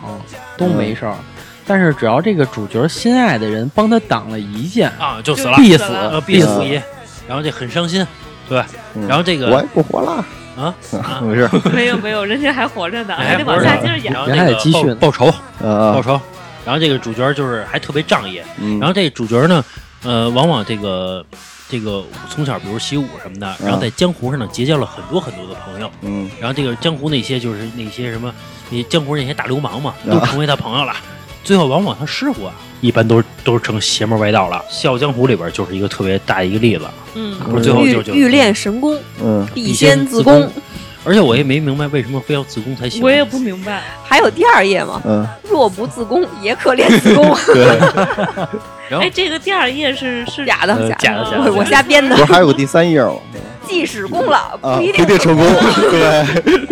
都没事儿，
嗯
但是只要这个主角心爱的人帮他挡了一剑，
啊，就死了，
必死
呃，
必
必
死
死。无疑。然后这很伤心，对吧？
嗯
然后这
我也
个
不活了
啊，
啊没事。
没有没有，人家还活着呢，
哎
还得
不
往
是
下接着演嗯
然。后
人
这
还
个
得继续呢
报报仇，报
呃，
仇。哦然后这个主角就是还特别仗义。
嗯
然后这主角呢，呃，往往这个这个从小比如习武什么的，然后在江湖上呢结交了很多很多的朋友。
嗯
然后这个江湖那些就是那些什么，那江湖那些大流氓嘛，都成为他朋友了。最后，往往他师傅啊，一般都是都是成邪门歪道了。《笑傲江湖》里边就是一个特别大的一个例子，啊
嗯，
不是最后
欲
就就
欲练神功，
嗯，
必先自
宫
宫。。
而且我也没明白为什么非要自宫才行。
我也不明白。
还有第二页吗？
嗯，
若不自宫，也可练自宫。
对，
然后
哎，这个第二页是是
假的
呃，假的
假的
我我瞎编
不
的。
是还有个第三页吗？
嗯
即使功了，
啊，
不一
不一定成功。 对，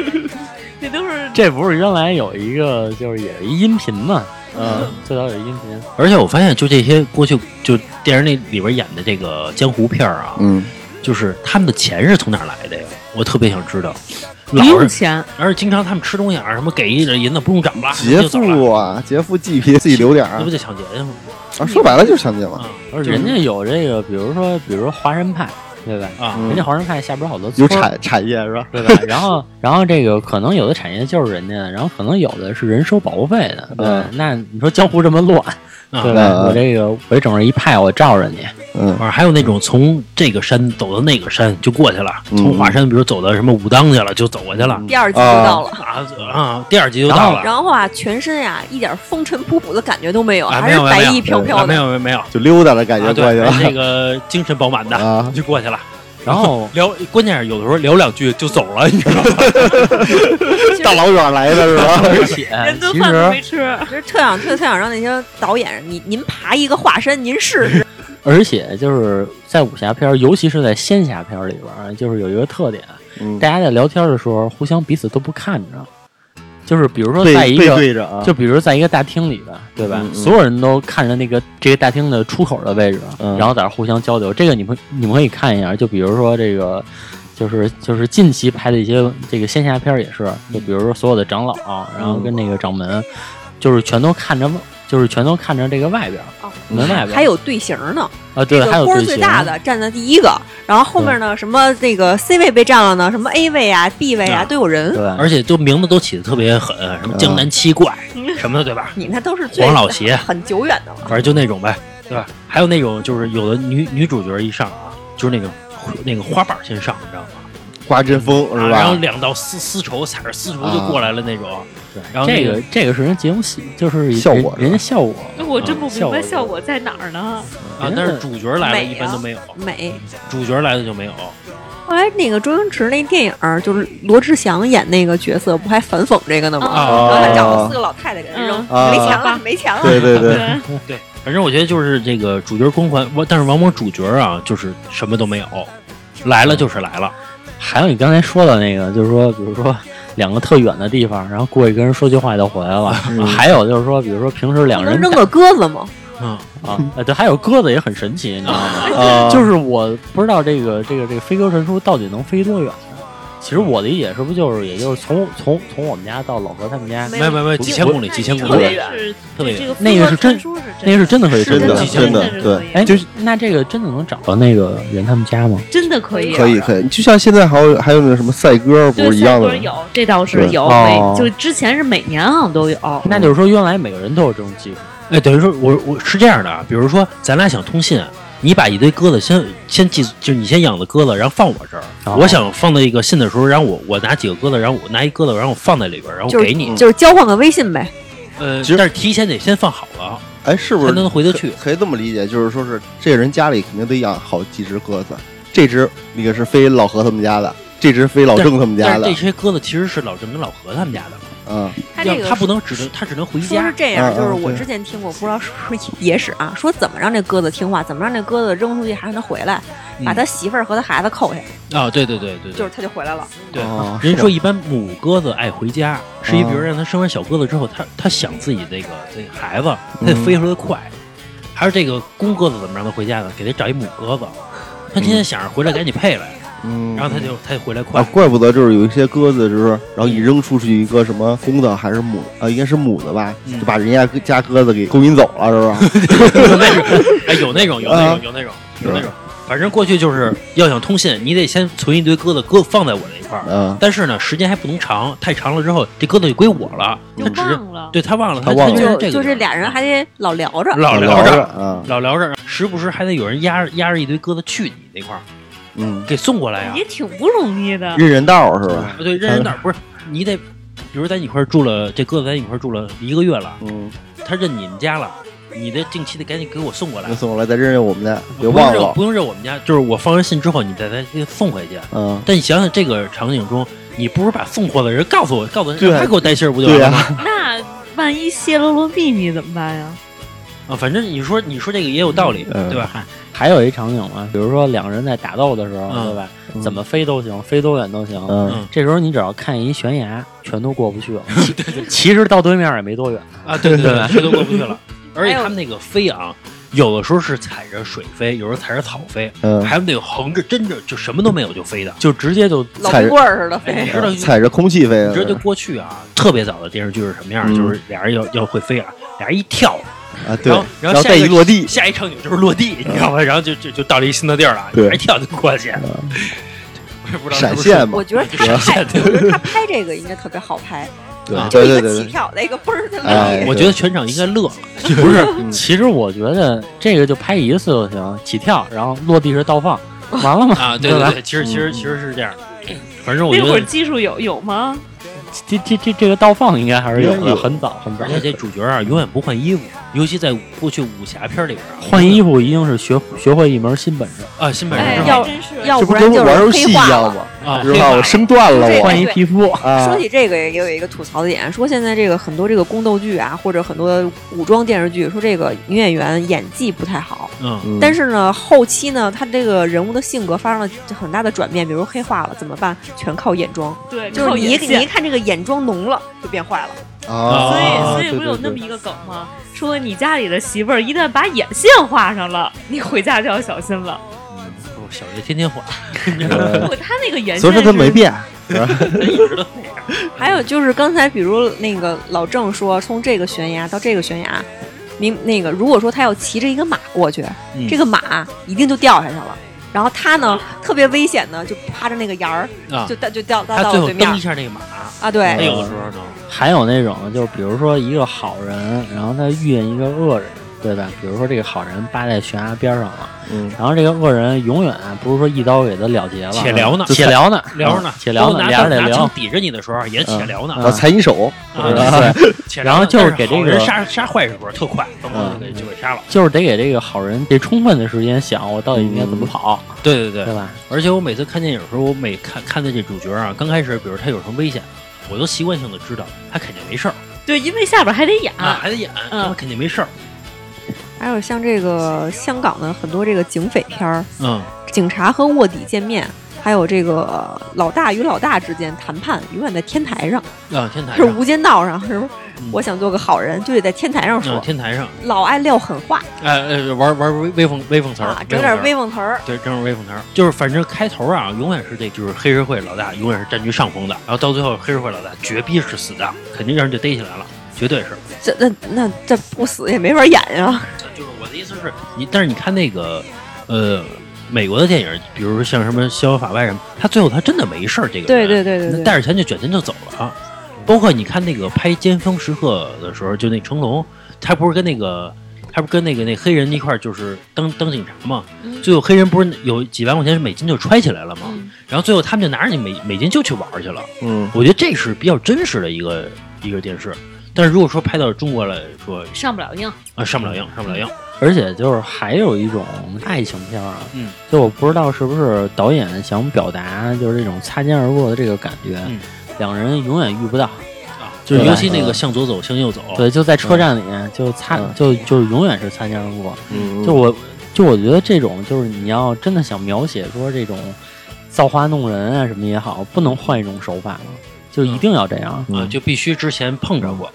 这都是
这不是原来有一个就是也是一音频嘛，
嗯
最早有一音频，
而且我发现，就这些过去就电视那里边演的这个江湖片儿啊，
嗯，
就是他们的钱是从哪儿来的呀？我特别想知道。老
零用
人，
钱，
而且经常他们吃东西啊，什么给一人银子不用找了，
劫
就走了，
富啊，劫富济贫，自己留点
那
儿
不就抢劫去吗？
啊。说白了就是抢劫嘛，
啊
而人家有这个，比如说，比如说华人派，对吧？
啊
嗯
人家华人派下边好多
有
村儿，
产产业是吧？
对吧？ 然后，然后这个可能有的产业就是人家的，然后可能有的是人收保护费的，对吧。
嗯
那你说江湖这么乱，
啊
对吧？
嗯
我这个我这整个一派，我罩着 你，
嗯
反正还有那种从这个山走到那个山就过去了，
嗯
从华山比如走到什么武当去了就走过去了
第二集就到了。
啊啊，第二集就到了
然后啊，全身呀、一点风尘仆仆的感觉都没有，
啊，
还
没
是
有没
白
有没
衣
有
飘飘
啊没
的。
有没有没有
就溜达的感觉
啊，
哎过去
对，
了
那个精神饱满的
啊，
就过去了。
然后
聊，关键是有的时候聊两句就走了，你知道吗？
大老远来的 是吧？
而且
连顿
哎其
饭都
实
没吃，
其实特想特特想让那些导演，你您爬一个华山，您 试试。
而且就是在武侠片儿，尤其是在仙侠片儿里边儿，就是有一个特点，
嗯
大家在聊天的时候，互相彼此都不看着，就是比如说在
对
一
对
个，
对着啊，
就比如在一个大厅里吧，对吧？
嗯嗯
所有人都看着那个这个大厅的出口的位置，
嗯
然后在那儿互相交流。这个你们你们可以看一下，就比如说这个。就是就是近期拍的一些这个仙侠片儿也是，
嗯
就比如说所有的长老，然后跟那个掌门，就是全都看着，就是全都看着这个外边儿
哦
门外边儿，
还有队形呢，
啊，
这
对，还
个
有
官儿
队
最
形
大的站在第一个，然后后面呢，什么那个 C 位被占了呢，什么 A 位啊、B 位啊
啊
都有 人。
对，
而且都名字都起的特别狠，什么江南七怪
嗯
什么的，对吧？
你那都是最
黄老邪，
很久远的了。
反正就那种呗，对吧？还有那种就是有的女女主角一上啊，就是那个那个花瓣先上，你知道吗？
刮阵风
啊
是
然后
吧？
两道丝丝绸踩着丝绸就过来了那种，
对
然后那
这
个
个这个是人节目戏，就是
效
人
果是吧
人家效果
哎我真不明白
效果
效果在哪儿呢？
啊，但是主角来了
美啊
一般都没有，
美。啊
主角来了就没有。
后来那个周星驰那电影儿，就是罗志祥演那个角色，不还反讽这个呢吗？
啊
然后他找
哦
了四个老太太给人扔，
嗯
没钱了
啊，
没钱了。
对 对对，
对，嗯反正我觉得就是这个主角光环，我但是往往主角啊就是什么都没有，来了就是来了，
还有你刚才说的那个，就是说，比如说两个特远的地方，然后过去跟人说句话就回来了。还有就是说，比如说平时两
不
人
能扔
打
个鸽子吗？
嗯，
啊，呃对，还有鸽子也很神奇，你知道吗？
啊，
就是我不知道这个这个这个飞鸽传书到底能飞多远。啊其实我的理解是不是就是，也就是从从从我们家到老何他们家，
没有没有没有几千公里，几千公
特
里
别，远，
特别
这
远。
个
那个是真
飞鸽传书是
那个是真的可以
是
飞
的
多，远
真的
是
对
可以
哎，就是那这个真的能找到那个人他们家吗？
哦
真的可以，啊
可以可以，就像现在还有还有那什么赛鸽，不
对，
是一样
三
的
国
吗？
有，这倒是
对
有，
哦
每就之前是每年好像都有，
那就是说，原来每个人都有这种技术。
哎，等于说我我是这样的啊，比如说咱俩想通信，你把一堆鸽子先先寄，就是你先养的鸽子，然后放我这儿，
啊
哦
我想放到一个信的时候，然后我我拿几个鸽子，然后我拿一鸽子，然后我放在里边，然后
就是
给你，
就是交换个微信呗。
呃
其实，
但是提前得先放好了，
哎，是不
才
是
能回得去。
可以这么理解，就是说是这人家里肯定得养好几只鸽子，这只那个是飞老何他们家的，这只飞老郑他们家
但是
的
这，些鸽子其实是老郑跟老何他们家的，
嗯
他
要
这个
他不能只能他只能回
说是
家。
这样，
嗯嗯
就是我
对
之前听过，不知道是不是野史啊，说怎么让这鸽子听话，怎么让这鸽子扔出去还让它回来，
嗯
把他媳妇儿和他孩子扣下，
啊，对对对对
就
对
是他就回来了。
对。
哦
人
是
说一般母鸽子爱回家，是因为
啊
比如让它生完小鸽子之后，它它想自己这个这个孩子，它
嗯
得飞出来快。还是这个公鸽子怎么让它回家呢？给它找一母鸽子，它天天想着回来赶紧配来，
嗯，
然后它就它就回来快
啊，。怪不得就是有一些鸽子，就是然后一扔出去一个什么公的还是母啊，应该是母的吧，
嗯
就把人家家鸽子给勾引走了， 是吧？
有那种，哎，有那种，有那
啊
种，有那种，有那种。反正过去就是要想通信，你得先存一堆鸽子，鸽放在我这一块儿。
嗯，
但是呢，时间还不能长，太长了之后，这鸽子就归我了。
就
它只是
忘了。
对他忘了，
他忘了
就
就是
这
就
个
这
地
俩
方
人还得老聊着，
老聊
聊
着，
啊，
老聊着，时不时还得有人压着压着一堆鸽子去你那块儿
嗯，
给送过来
啊
呀、
也挺不容易
啊
的，
认人道是吧？
不对，认人道不是你得，比如在你一块儿住了，这鸽子在你一块儿住了一个月了，
嗯，
它认你们家了，你得定期的赶紧给我送过来
那。送过来再认认我们家，别
不
嗯忘
用
了
认，不用认我们家，就是我放完信之后，你再再给送回去。
嗯，
但你想想这个场景中，你不如把送货的人告诉我，告诉他
对啊
让他给我带信儿不就
对
完了
呀
吗？，
那万一泄露了秘密怎么办呀？
啊，反正你说你说这个也有道理，
嗯
对吧？
还有一场景嘛，比如说两个人在打斗的时候，
嗯
对吧？
嗯
怎么飞都行，飞多远都行。
嗯
这时候你只要看一悬崖，全都过不去了。其实到对面也没多远。
啊，对对 对，谁都过不去了。而且
还有
他们那个飞啊，有的时候是踩着水飞，有时候踩着草飞，
嗯，
还有那个横着真着就什么都没有就飞的。
就直接就
老
踩
冰
着
棍儿似的
哎，
飞。
你知道你
踩着空气飞
知道就
的
过去啊，特别早的电视剧是什么样？
嗯
就是俩人要要会飞啊，俩人一跳，
啊，对
然后，然
然
后
后
下
再
一嗯
一
个
落地，
下一场景就是落地，你知道吗？然后就就就到了一新的地儿了，
对
俩人一跳就过去。我也不知道是
闪
不是
现嘛
我，觉得他
闪
拍，
现
我觉得他拍这个应该特别好拍，
对
啊
对
就
对
一个
对
起
对，
跳的一个嘣儿就来
哎，
我觉得全场应该乐了，
不是，其实我觉得这个就拍一次就行，起跳，然后落地时倒放，完了嘛。
啊，对
对吧
对对，其实其实其实是这样的，反正我觉
那会儿
得。
技术有有吗？
这这这这个倒放应该还是有
应该
的，
有嗯
很早很早
而。且这主角啊，永远不换衣服，尤其在过去武侠片里边啊，
换衣服一定是学学会一门新本事，
啊，新本
哎
事
要
真是
要
这不
不然
跟
就是
玩游
黑
戏一
化
样
了
吗？
啊，
是吧？
黑
我
马
升段了，
对
我
换一皮肤。
啊
说起这个，也有一个吐槽的点，说现在这个很多这个宫斗剧啊，或者很多古装电视剧，说这个女演员演技不太好，
嗯，
嗯
但是呢，后期呢，她这个人物的性格发生了很大的转变，比如黑化了，怎么办？全靠眼妆，
对，
就是
靠
你一
眼
你
线
一看这个眼妆浓了，就变坏了。
啊
所以，
啊，
所以
对
不是有
对
那么
对
一个梗吗？说你家里的媳妇儿一旦把眼线画上了，你回家就要小心了。
哦小爷天天换，
呃
不，他那个眼线，
所以说他没。 变，
一直都
还有就是刚才，比如那个老郑说，从这个悬崖到这个悬崖，明那个如果说他要骑着一个马过去，
嗯
这个马一定就掉下去了。然后他呢，特别危险呢，就趴着那个沿儿，
啊
就，到就掉到
他
到
最
我
后
对面
蹬
儿
一下那个哎马，
啊，对
他，有的时候呢，
还有那种就是，比如说一个好人，然后他遇见一个恶人，对吧？比如说这个好人扒在悬崖边上了，
嗯，
然后这个恶人永远不是说一刀给他了结了，
且聊呢
且聊呢，
聊着呢
嗯，且聊
都
呢，
拿
俩人得
拿
聊
枪。抵着你的时候也且聊呢，
嗯
然后踩你手，
啊
对，
且
然后
聊呢
就是
但
给这
好人
个
杀杀坏时候特快，咚咚就
嗯
给就给杀了。
就是得给这个好人得充分的时间想我到底应该怎么跑，
对嗯对
对，吧？
而且我每次看电影的时候，我每看看的这主角啊，刚开始比如他有什么危险，我都习惯性的知道他肯定没事儿
对，因为下边还得演。
啊，还得演，
嗯
他肯定没事儿。
还有像这个香港的很多这个警匪片儿，
嗯，
警察和卧底见面，还有这个呃老大与老大之间谈判，永远在天台上，
啊，天台
是
上，
无间道上，是不是
嗯？
我想做个好人，就得在天台上
嗯，
说，
天台上，
老爱撂狠话
哎哎，玩玩威威风威风词儿
啊，，整点
风词儿
威风词儿。
对，正是威风堂，就是反正开头啊，永远是这，就是黑社会老大永远是占据上风的，然后到最后黑社会老大绝逼是死的，肯定让人就逮起来了，绝对是。
这那那这不死也没法演呀。
就是我的意思是你，但是你看那个，呃，美国的电影，比如说像什么《逍遥法外》什么，他最后他真的没事儿，这个人
对对对对对
带着钱就卷钱就走了。啊包括你看那个拍《尖峰时刻》的时候，就那成龙，他不是跟那个他不是跟那个那黑人一块儿就是当当警察嘛？
嗯
最后黑人不是有几万块钱美金就揣起来了嘛？然后最后他们就拿着你美美金就去玩儿去了。
嗯，
我觉得这是比较真实的一个一个电视。但是如果说拍到中国来说，
上不了映，
啊，上不了映，上不了映。
而且就是还有一种爱情片啊，
嗯，
就我不知道是不是导演想表达就是这种擦肩而过的这个感觉，
嗯
两人永远遇不到，
啊，就是
对
尤其那个
嗯
向左走，向右走，啊
对，就在车站里就擦、
嗯
就就永远是擦肩而过，
嗯
就我就我觉得这种就是你要真的想描写说这种造化弄人啊什么也好，不能换一种手法了，就一定要这样，
嗯
啊，就必须之前碰着过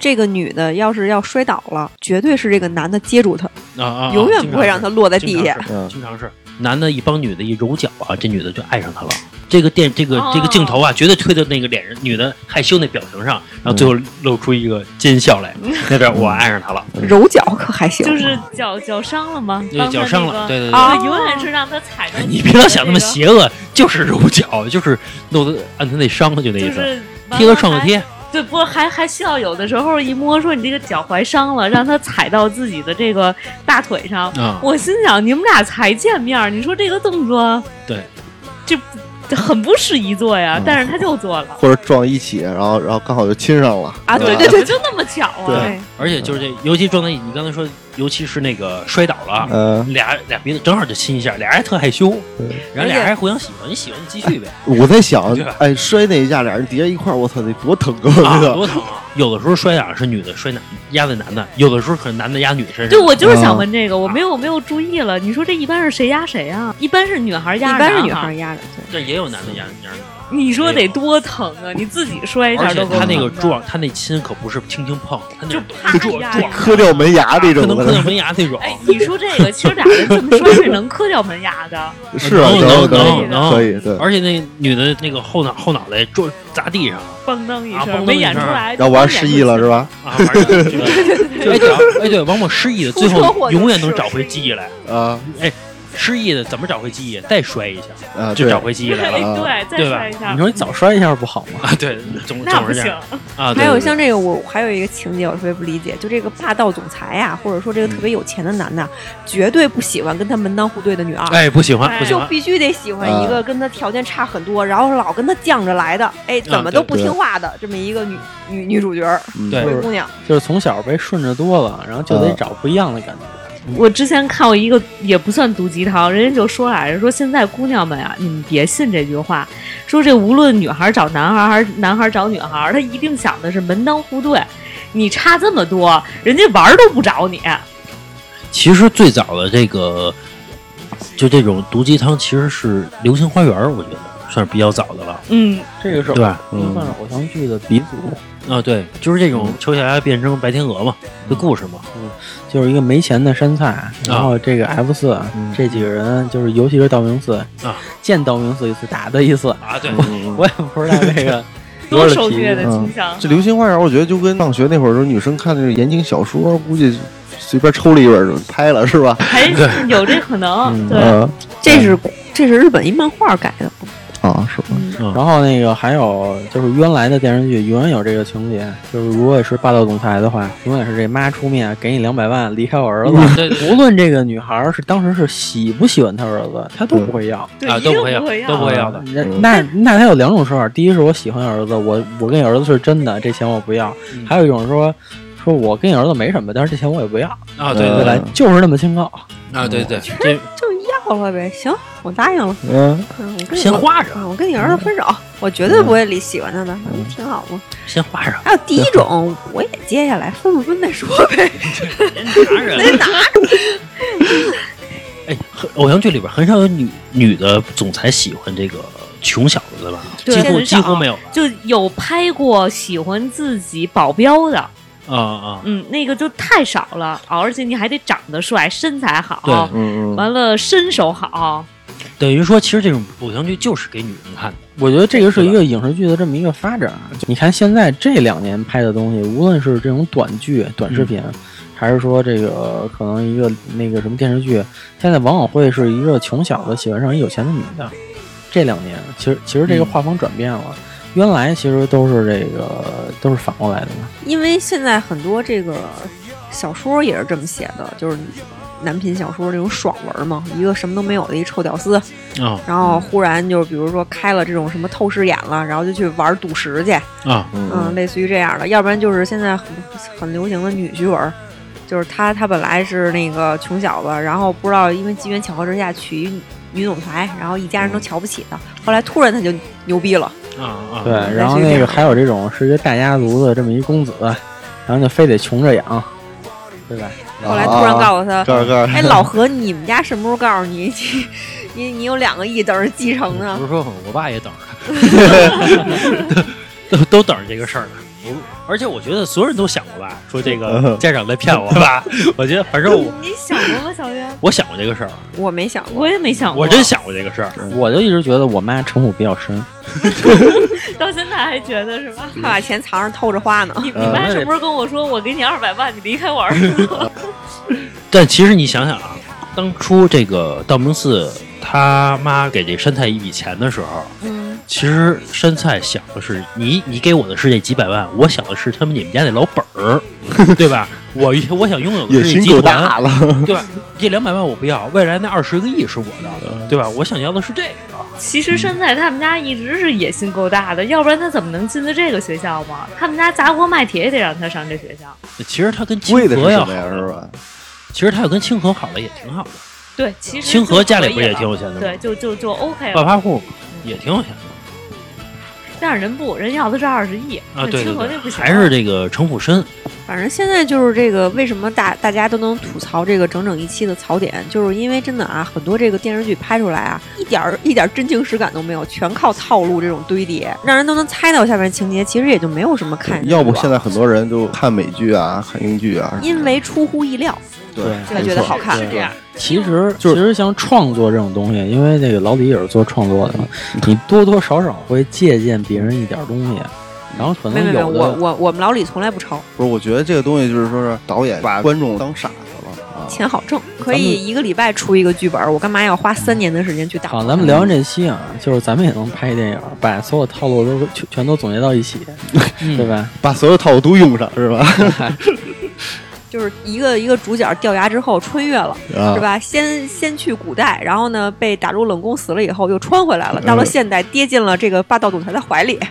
这个女的要是要摔倒了，绝对是这个男的接住她，
啊啊，
永远不会让她落在
在
地下。
嗯
经常是男的一帮女的一揉脚啊，这女的就爱上他了。这个电这个
哦
这个镜头啊，绝对推到那个脸上，女的害羞那表情上，然后最后露出一个奸笑来。
嗯
那边我爱上 他了，
揉脚可还行，
就是脚脚伤了吗？
对，脚伤了，对对对。
啊，
哦
永远是让他踩着。
你别老想那么，邪恶，就是揉脚，就是弄得按他那伤，就那
就
意思。
是
贴个创可。贴，
对，不过还还需要有的时候一摸说你这个脚踝伤了，让他踩到自己的这个大腿上。
啊
我心想，你们俩才见面儿，你说这个动作，
对，
这这很不适宜做呀。
嗯
但是他就做了，
或者撞一起，然后然后刚好就亲上了
啊
是
对
吧
对对
就那么巧啊。
对，
而且就是这，尤其状态，你刚才说，尤其是那个摔倒了，
嗯，
俩俩鼻子正好就亲一下，俩人还特害羞，然后俩人还互相喜欢，你喜欢你继续呗，
我在想
对吧，
哎，摔那一下，俩人叠一块儿，我操，得多疼啊！
啊，
这个
多疼啊！有的时候摔啊是女的摔男压在男的，有的时候可能男的压女身上，
对，我就是想
嗯
问这个，我没有我没有注意了。你说这一般是谁压谁啊？一般是女孩
一
压，
般是女孩。压着，对。
但也有男的压压女，
你说得多疼啊！你自己摔一下
哎而且
都够
他那个
疼的
撞，他那亲可不是轻轻碰，他那
就是啪一
撞
下
撞，
磕掉门牙那
可
种
能磕
的
到，门牙那种，
哎，你说这个，其实俩人这么摔是能磕掉门牙的。
是啊
能
能
能能
可以对。
而且那女的那个后脑后脑袋撞砸地上
嘣噔一
啊
声，
嘣
没
噔一
演出
声
来，
然后玩失忆了是
吧？
吧？
啊，反正 对对对哎对哎对，往往失忆的最
出车
后
祸
永
就
远能
是
找回记忆来。
啊，
哎，失忆的怎么找回记忆？再摔一下，
啊，
就
对
找回记忆来了。
啊
对，再
对吧
摔一下
你，说你早摔一下不好吗？
啊，对，总
那
总
不
是这
行
样。啊。对
还有
对
像这个，我还有一个情节我特别不理解，就这个霸道总裁呀，或者说这个特别有钱的男的，绝对不喜欢跟他门当户对的女二，
哎，不喜欢，
哎
不喜
就
欢。
必须得喜欢一个跟他条件差很多，然后老跟他犟着来的，哎，怎么都不
对
听话的这么一个女女女主角儿，
嗯
对
灰姑娘。
就是从小被顺着多了，然后就得
嗯
找不一样的感觉。
我之前看过一个也不算毒鸡汤，人家就说来着，说现在姑娘们啊，你们别信这句话，说这无论女孩找男孩还是男孩找女孩，他一定想的是门当户对。你差这么多，人家玩儿都不找你，
其实最早的这个，就这种毒鸡汤，其实是《流星花园》，我觉得算是比较早的了，
嗯，
这个是
对吧？
算是偶像剧的鼻祖，
啊，对，就是这种丑小鸭变成白天鹅嘛，这故事嘛，
就是一个没钱的山菜，然后这个 F 四
啊
啊
嗯
这几个人，就是尤其是道明寺
啊，
见道明寺一次打他一次，
啊，对
嗯嗯嗯
我也不知道这个多
多
少
受
题
虐的
嗯
倾向。
这《流星花园》，我觉得就跟上学那会儿，时候女生看那种言情小说，估计随便抽了一本就拍了，是吧？
还哎有这可能，
嗯
对，
嗯
这是这是日本一漫画改的，
啊，是吧？
嗯
然后那个还有就是原来的电视剧永远有这个情节，就是如果是霸道总裁的话，永远是这妈出面给你两百万离开我儿子，
嗯
对对
无论这个女孩儿是当时是喜不喜欢他儿子，他都不会要。
对
啊
一
都
定不
不会要
会要，
都不会要的
那
嗯
那那他有两种说法，第一是我喜欢儿子，我我跟你儿子是真的，这钱我不要；
嗯
还有一种说说我跟你儿子没什么，但是这钱我也不要，
啊，对
对
对
吧？
嗯
就是那么清高。
啊，对对，这
就要了呗。行，我答应了，
嗯，
嗯我跟你
先花着，
嗯我跟你儿子分手，我绝对不会理喜欢他的，嗯 挺好嘛。
先花着，嗯
还有第一种，我也接下来，分不分再说呗，
拿着。
得拿
哎，很偶像剧里边很少有女女的总裁喜欢这个穷小子的吧？
对
几乎
很少
几乎没有了
就有拍过喜欢自己保镖的，
啊啊！
嗯，那个就太少了，哦而且你还得长得帅，身材
对
好，
嗯嗯，
完了身手好，
等于说，其实这种偶像剧就是给女人看的。
我觉得这个是一个影视剧的这么一个发展。啊你看现在这两年拍的东西，无论是这种短剧、短视频，还是说这个可能一个那个什么电视剧，现在往往会是一个穷小子喜欢上一有钱的女的。这两年，其实其实这个画风转变了，原来其实都是这个都是反过来的嘛。
因为现在很多这个小说也是这么写的，就是男频小说这种爽文嘛，一个什么都没有的一臭屌丝，
啊
然后忽然就是比如说开了这种什么透视眼了，然后就去玩赌石去，
啊
嗯，类似于这样的，要不然就是现在很很流行的女婿文儿。就是他，他本来是那个穷小子，然后不知道因为机缘巧合之下娶一女总裁，然后一家人都瞧不起他，后来突然他就牛逼了，
啊啊！
对，
嗯
然后
类似于
那
这
个
样
还有这种是一个大家族的这么一公子，然后就非得穷着养，对吧？
后来突然
诉
告诉他，
告诉告诉，
哎，老何，你们家什么时候告诉你， 你你你有两个亿等着继承呢
不？是说啊我爸也等着， 都都等着这个事儿呢。我而且我觉得所有人都想过吧，说这
嗯
个家长在骗 我吧。我觉得反正我
你想过吗，小月？
我想过这个事儿，啊
我没想过，
我也没想过，
我真想过这个事儿。
嗯
我就一直觉得我妈城府比较深，
到现在还觉得是 吧？
他把钱藏着偷着花呢。
你你
呃
嗯
妈是不是跟我说我给你二百万，你离开我儿子？
但其实你想想啊，当初这个道明寺他妈给这山菜一笔钱的时候，
嗯，
其实山菜想的是你，你给我的是这几百万，我想的是他们你们家那老本儿，对吧？我我想拥有的
野
是这
心
集
够
团
大，了，
对吧？这两百万我不要，未来那二十个亿是我
嗯
的，对吧？我想要的是这个，
其实山菜他们家一直是野心够大的，要不然他怎么能进的这个学校嘛？他们家砸锅卖铁也得让他上这学校。
其实他跟清
贵的是
河要
什
好
么呀？是吧？
其实他要跟清河好了也挺好的，
对，其实
清河
就
家里
可以
不也
了
挺有啊钱的
对，
吗？
就就就 OK
暴
了。
发户也挺有钱的
但是人不，人要的是二十亿，
啊，
那
对
清
对
河那不
对，
行，
还是这个城府深，
反正现在就是这个，为什么大大家都能吐槽这个整整一期的槽点，就是因为真的啊，很多这个电视剧拍出来啊，一点儿一点儿真情实感都没有，全靠套路这种堆叠，让人都能猜到下面情节，其实也就没有什么看头
要不
了
现在很多人就看美剧啊，看英剧啊，
因为出乎意料
对
才觉得好看
是，这样。
其实，
就是
其实像创作这种东西，因为那个老李也是做创作的嘛，你多多少少会借鉴别人一点东西，然后可
没没
能
没，
有
我
的
我我们老李从来不抄，
不是，我觉得这个东西就是说是导演把观众当傻子了啊，
钱好挣，可
咱
以
们
一个礼拜出一个剧本儿，我干嘛要花三年的时间去打
好，
磨？
咱们聊完这期啊，就是咱们也能拍一电影，把所有套路都全全都总结到一起，对吧？
把所有套路都用上是吧？
就是一个一个主角掉崖之后穿越了，
啊
是，吧？先先去古代，然后呢被打入冷宫死了以后又穿回
嗯
来了，到了现代跌进了这个霸道总裁的怀里。
啊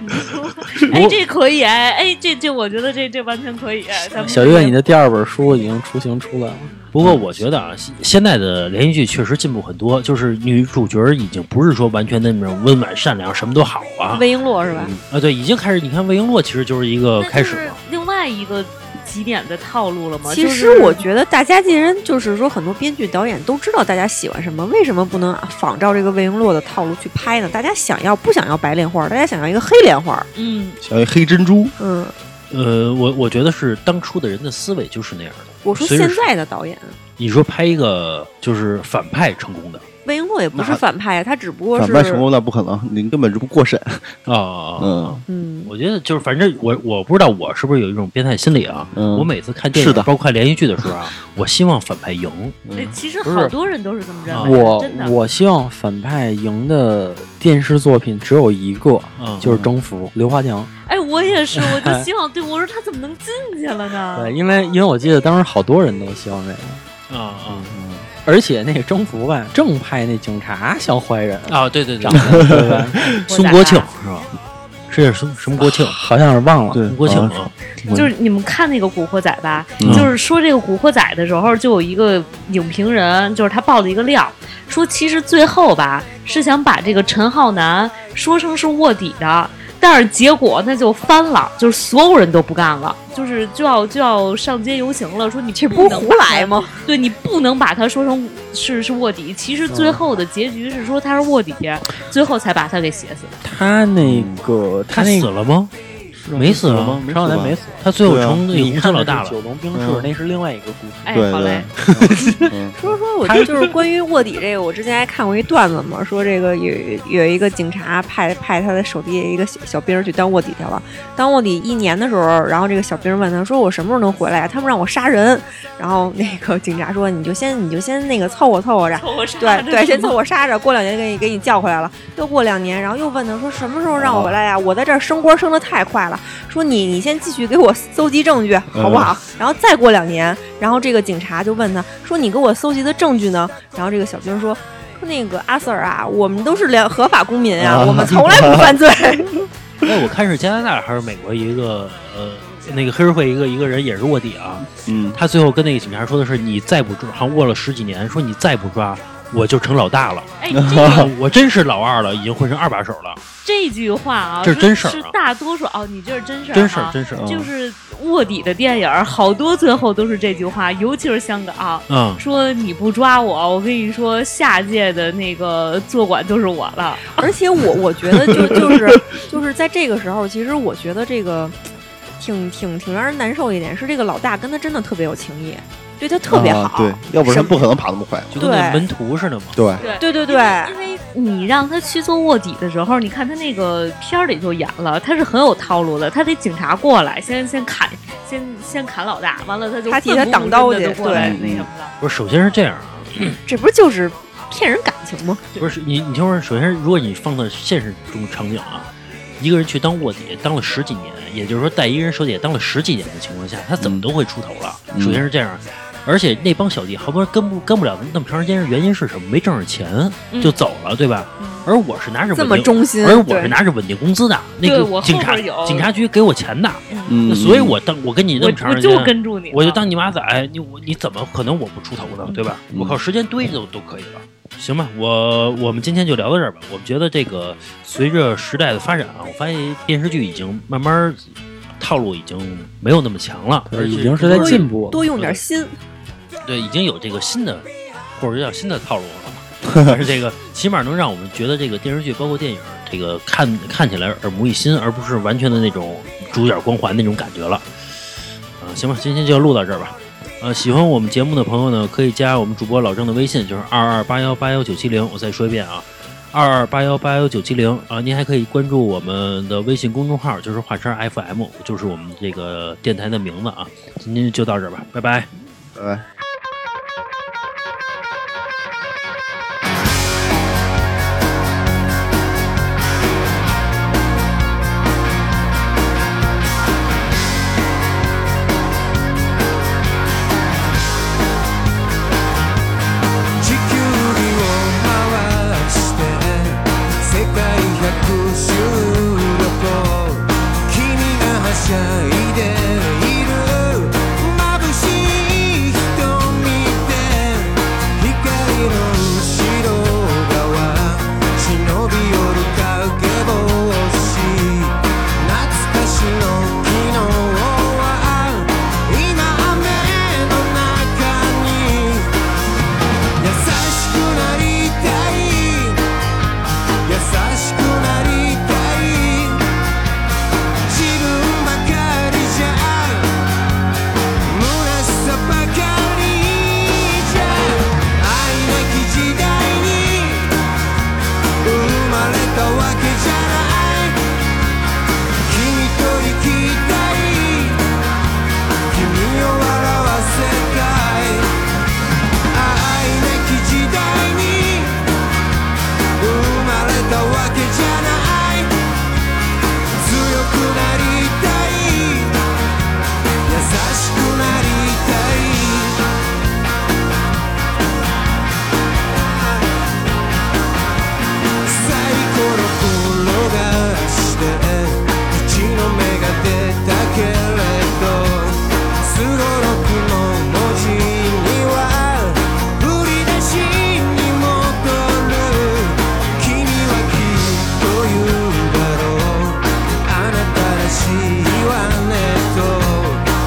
哎，这可以哎，哎，这这我觉得这这完全可以。咱们
小月，你的第二本书已经雏形出来了，
不
嗯
过我觉得啊，现现在的连续剧确实进步很多，就是女主角已经不是说完全的那种温婉善良，什么都好啊
魏璎珞是吧？
嗯
啊，对，已经开始。你看魏璎珞其实就是一个
那
开
就
始
是
了，
另外一个几点的套路
嗯
了吗？
其
就是
实我觉得大家既然就是说很多编剧导演都知道大家喜欢什么，为什么不能仿照这个魏璎珞的套路去拍呢？大家想要不想要白莲花？大家想要一个黑莲花？
嗯，
小黑珍珠，
嗯，
呃，我我觉得是当初的人的思维就是那样的。
我说
所以
现
是
在的导演
你说拍一个就是反派成功的
魏璎珞也不是
那
反派呀，她只不过
反
是
派成功那不可能，你根本就不过审。
啊啊，啊
嗯
嗯，
我觉得就是反正我我不知道我是不是有一种变态心理啊。
嗯
我每次看电影
是的
包括连续剧的时候啊，我希望反派赢。
哎
嗯，
其实
不是
好多人都是这么认为
嗯
的，
我
真的。
我希望反派赢的电视作品只有一个，
嗯，
就是《征服》刘华强。
哎，我也是，我就希望，对我说他怎么能进去了呢？
哎
对，因为因为我记得当时好多人都希望这个，
啊啊
而且那个《征服》吧，正派那警察像坏人，
啊！对对对
长，得对吧？
我
孙
咋
国
啦
庆是吧？是什么什么国庆？
好像是忘了。
对，
国庆
好像
啊，
就是你们看那个《古惑仔》吧，
嗯
就是说这个《古惑仔》的时候，就有一个影评人，就是他爆了一个料，说其实最后吧是想把这个陈浩南说成是卧底的，但是结果那就翻了，就是所有人都不干了，就是就要就要上街游行了，说你这
这不是胡来吗？
对你不能把他说成是是卧底，其实
嗯
最后的结局是说他是卧底，最后才把他给写死的。
他那个
他
那
死
个
了吗？没死
了
啊
吗？，
陈浩南没死，
他最后
对啊
成那个
你
无
看
伤老
的是
大了
九。龙冰室
嗯
那是另外一个故事。
哎，
对
好嘞
对，嗯
说说，我就是关于卧底这个，我之前还看过一段子嘛，说这个有有一个警察派派他的手底下一个小小兵儿去当卧底去了。当卧底一年的时候，然后这个小兵儿问他说：“我什么时候能回来啊呀？”他们让我杀人。然后那个警察说：“你就先你就先那个凑合凑 合着。”
凑合杀
对
这
对，
是
先凑合杀着，过两年给你给你叫回来了。又过两年，然后又问他说什么时候让我回来呀、我在这儿升官升的太快了，说你你先继续给我搜集证据
嗯
好不好？然后再过两年，然后这个警察就问他说你给我搜集的证据呢？然后这个小兵说。说那个阿 Sir 啊，我们都是良合法公民啊，
啊
我们从来不 犯罪。
哎，我看是加拿大还是美国一个呃那个黑社会一个一个人也是卧底啊。
嗯，
他最后跟那个警察说的是：“你再不抓，好像卧了十几年，说你再不抓，我就成老大了，
哎，这个
我真是老二了，已经混成二把手了。
这句话啊，
这是
是
真事儿啊
是大多数哦，你这是真事儿、啊，
真事儿，真事儿。
嗯
就是卧底的电影儿，好多最后都是这句话，尤其是香港，啊
嗯，
说你不抓我，我跟你说，下届的那个坐馆就是我了。
而且我我觉得就就是就是在这个时候，其实我觉得这个挺挺挺让人难受一点，是这个老大跟他真的特别有情谊，对他特别好。
啊对，要不然不可能爬那么快。
就跟那
对
门徒似的嘛。
对，
对对对
因为因为你让他去做卧底的时候，你看他那个片儿里就演了，他是很有套路的，他得警察过来，先先砍，先先砍老大，完了他就
他替他
奋不
挡刀
顾身地
去嗯
就过来
对
那什么了。
不是，首先是这样啊，
这不就是骗人感情吗？
不是你，你听我说，首先如果你放到现实中的场景啊，一个人去当卧底当了十几年，也就是说带一个人手底下当了十几年的情况下，他怎么都会出头了。
嗯
首先是这样，而且那帮小弟好多人跟不跟不了那么长时间，原因是什么？没挣着钱
嗯
就走了，对吧？而我是拿着
这
稳
么
定
忠心，
而我是
对
拿着稳定工资的，那
对
个
我后
警察
边有
警察局给我钱的，
嗯，
所以我当我跟你那
我
么长
我
时
就
间，
跟住你了，
我就当你马仔，你我你怎么可能我不出头呢？对吧？
嗯
我靠，时间堆都都可以了。行吧，我我们今天就聊到这儿吧。我们觉得这个随着时代的发展啊，我发现电视剧已经慢慢套路已经没有那么强了，而且
已经是在
更多
进步了。
多用点心。
对，已经有这个新的，或者叫新的套路了。但是这个起码能让我们觉得这个电视剧，包括电影，这个看看起来耳目一新，而不是完全的那种主角光环那种感觉了。啊、行吧，今天就录到这儿吧。呃，喜欢我们节目的朋友呢，可以加我们主播老郑的微信，就是二二八幺八幺九七零。我再说一遍啊，二二八幺八幺九七零啊。您还可以关注我们的微信公众号，就是华山 FM，就是我们这个电台的名字啊。今天就到这儿吧，拜拜。
哎。
わけじゃない君と生きたい君を笑わせたい愛なき時代に生まれたわけじゃない強くなりたい優しくなりたいサイコロ転がして口の目が出たけれどすごろくの文字には振り出しに戻る君はきっと言うだろうあなたらしいわねと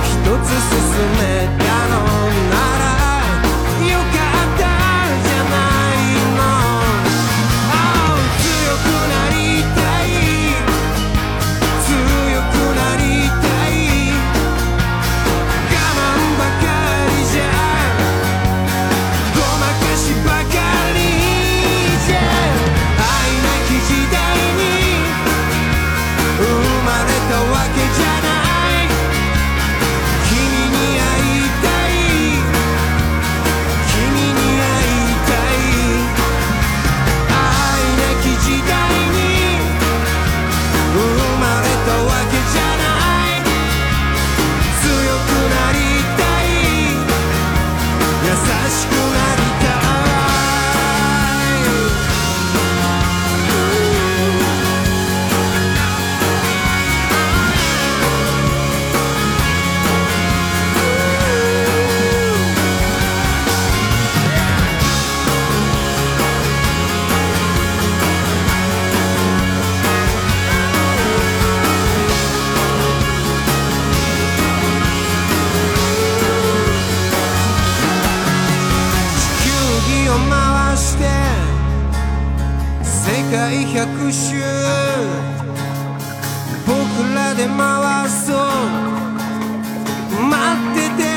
一つ進めたのならよかったじゃないの「強くなりたい」「強くなりたい」「我慢ばかりじゃ」「ごまかしばかりじゃ」「愛なき時代に生まれたわけじゃない」「君に会いたい」「君に会いたい」愛なき時代に生まれたわけじゃない強くなりたい優しくなりたい球技を回して世界百周僕らで回そう待ってて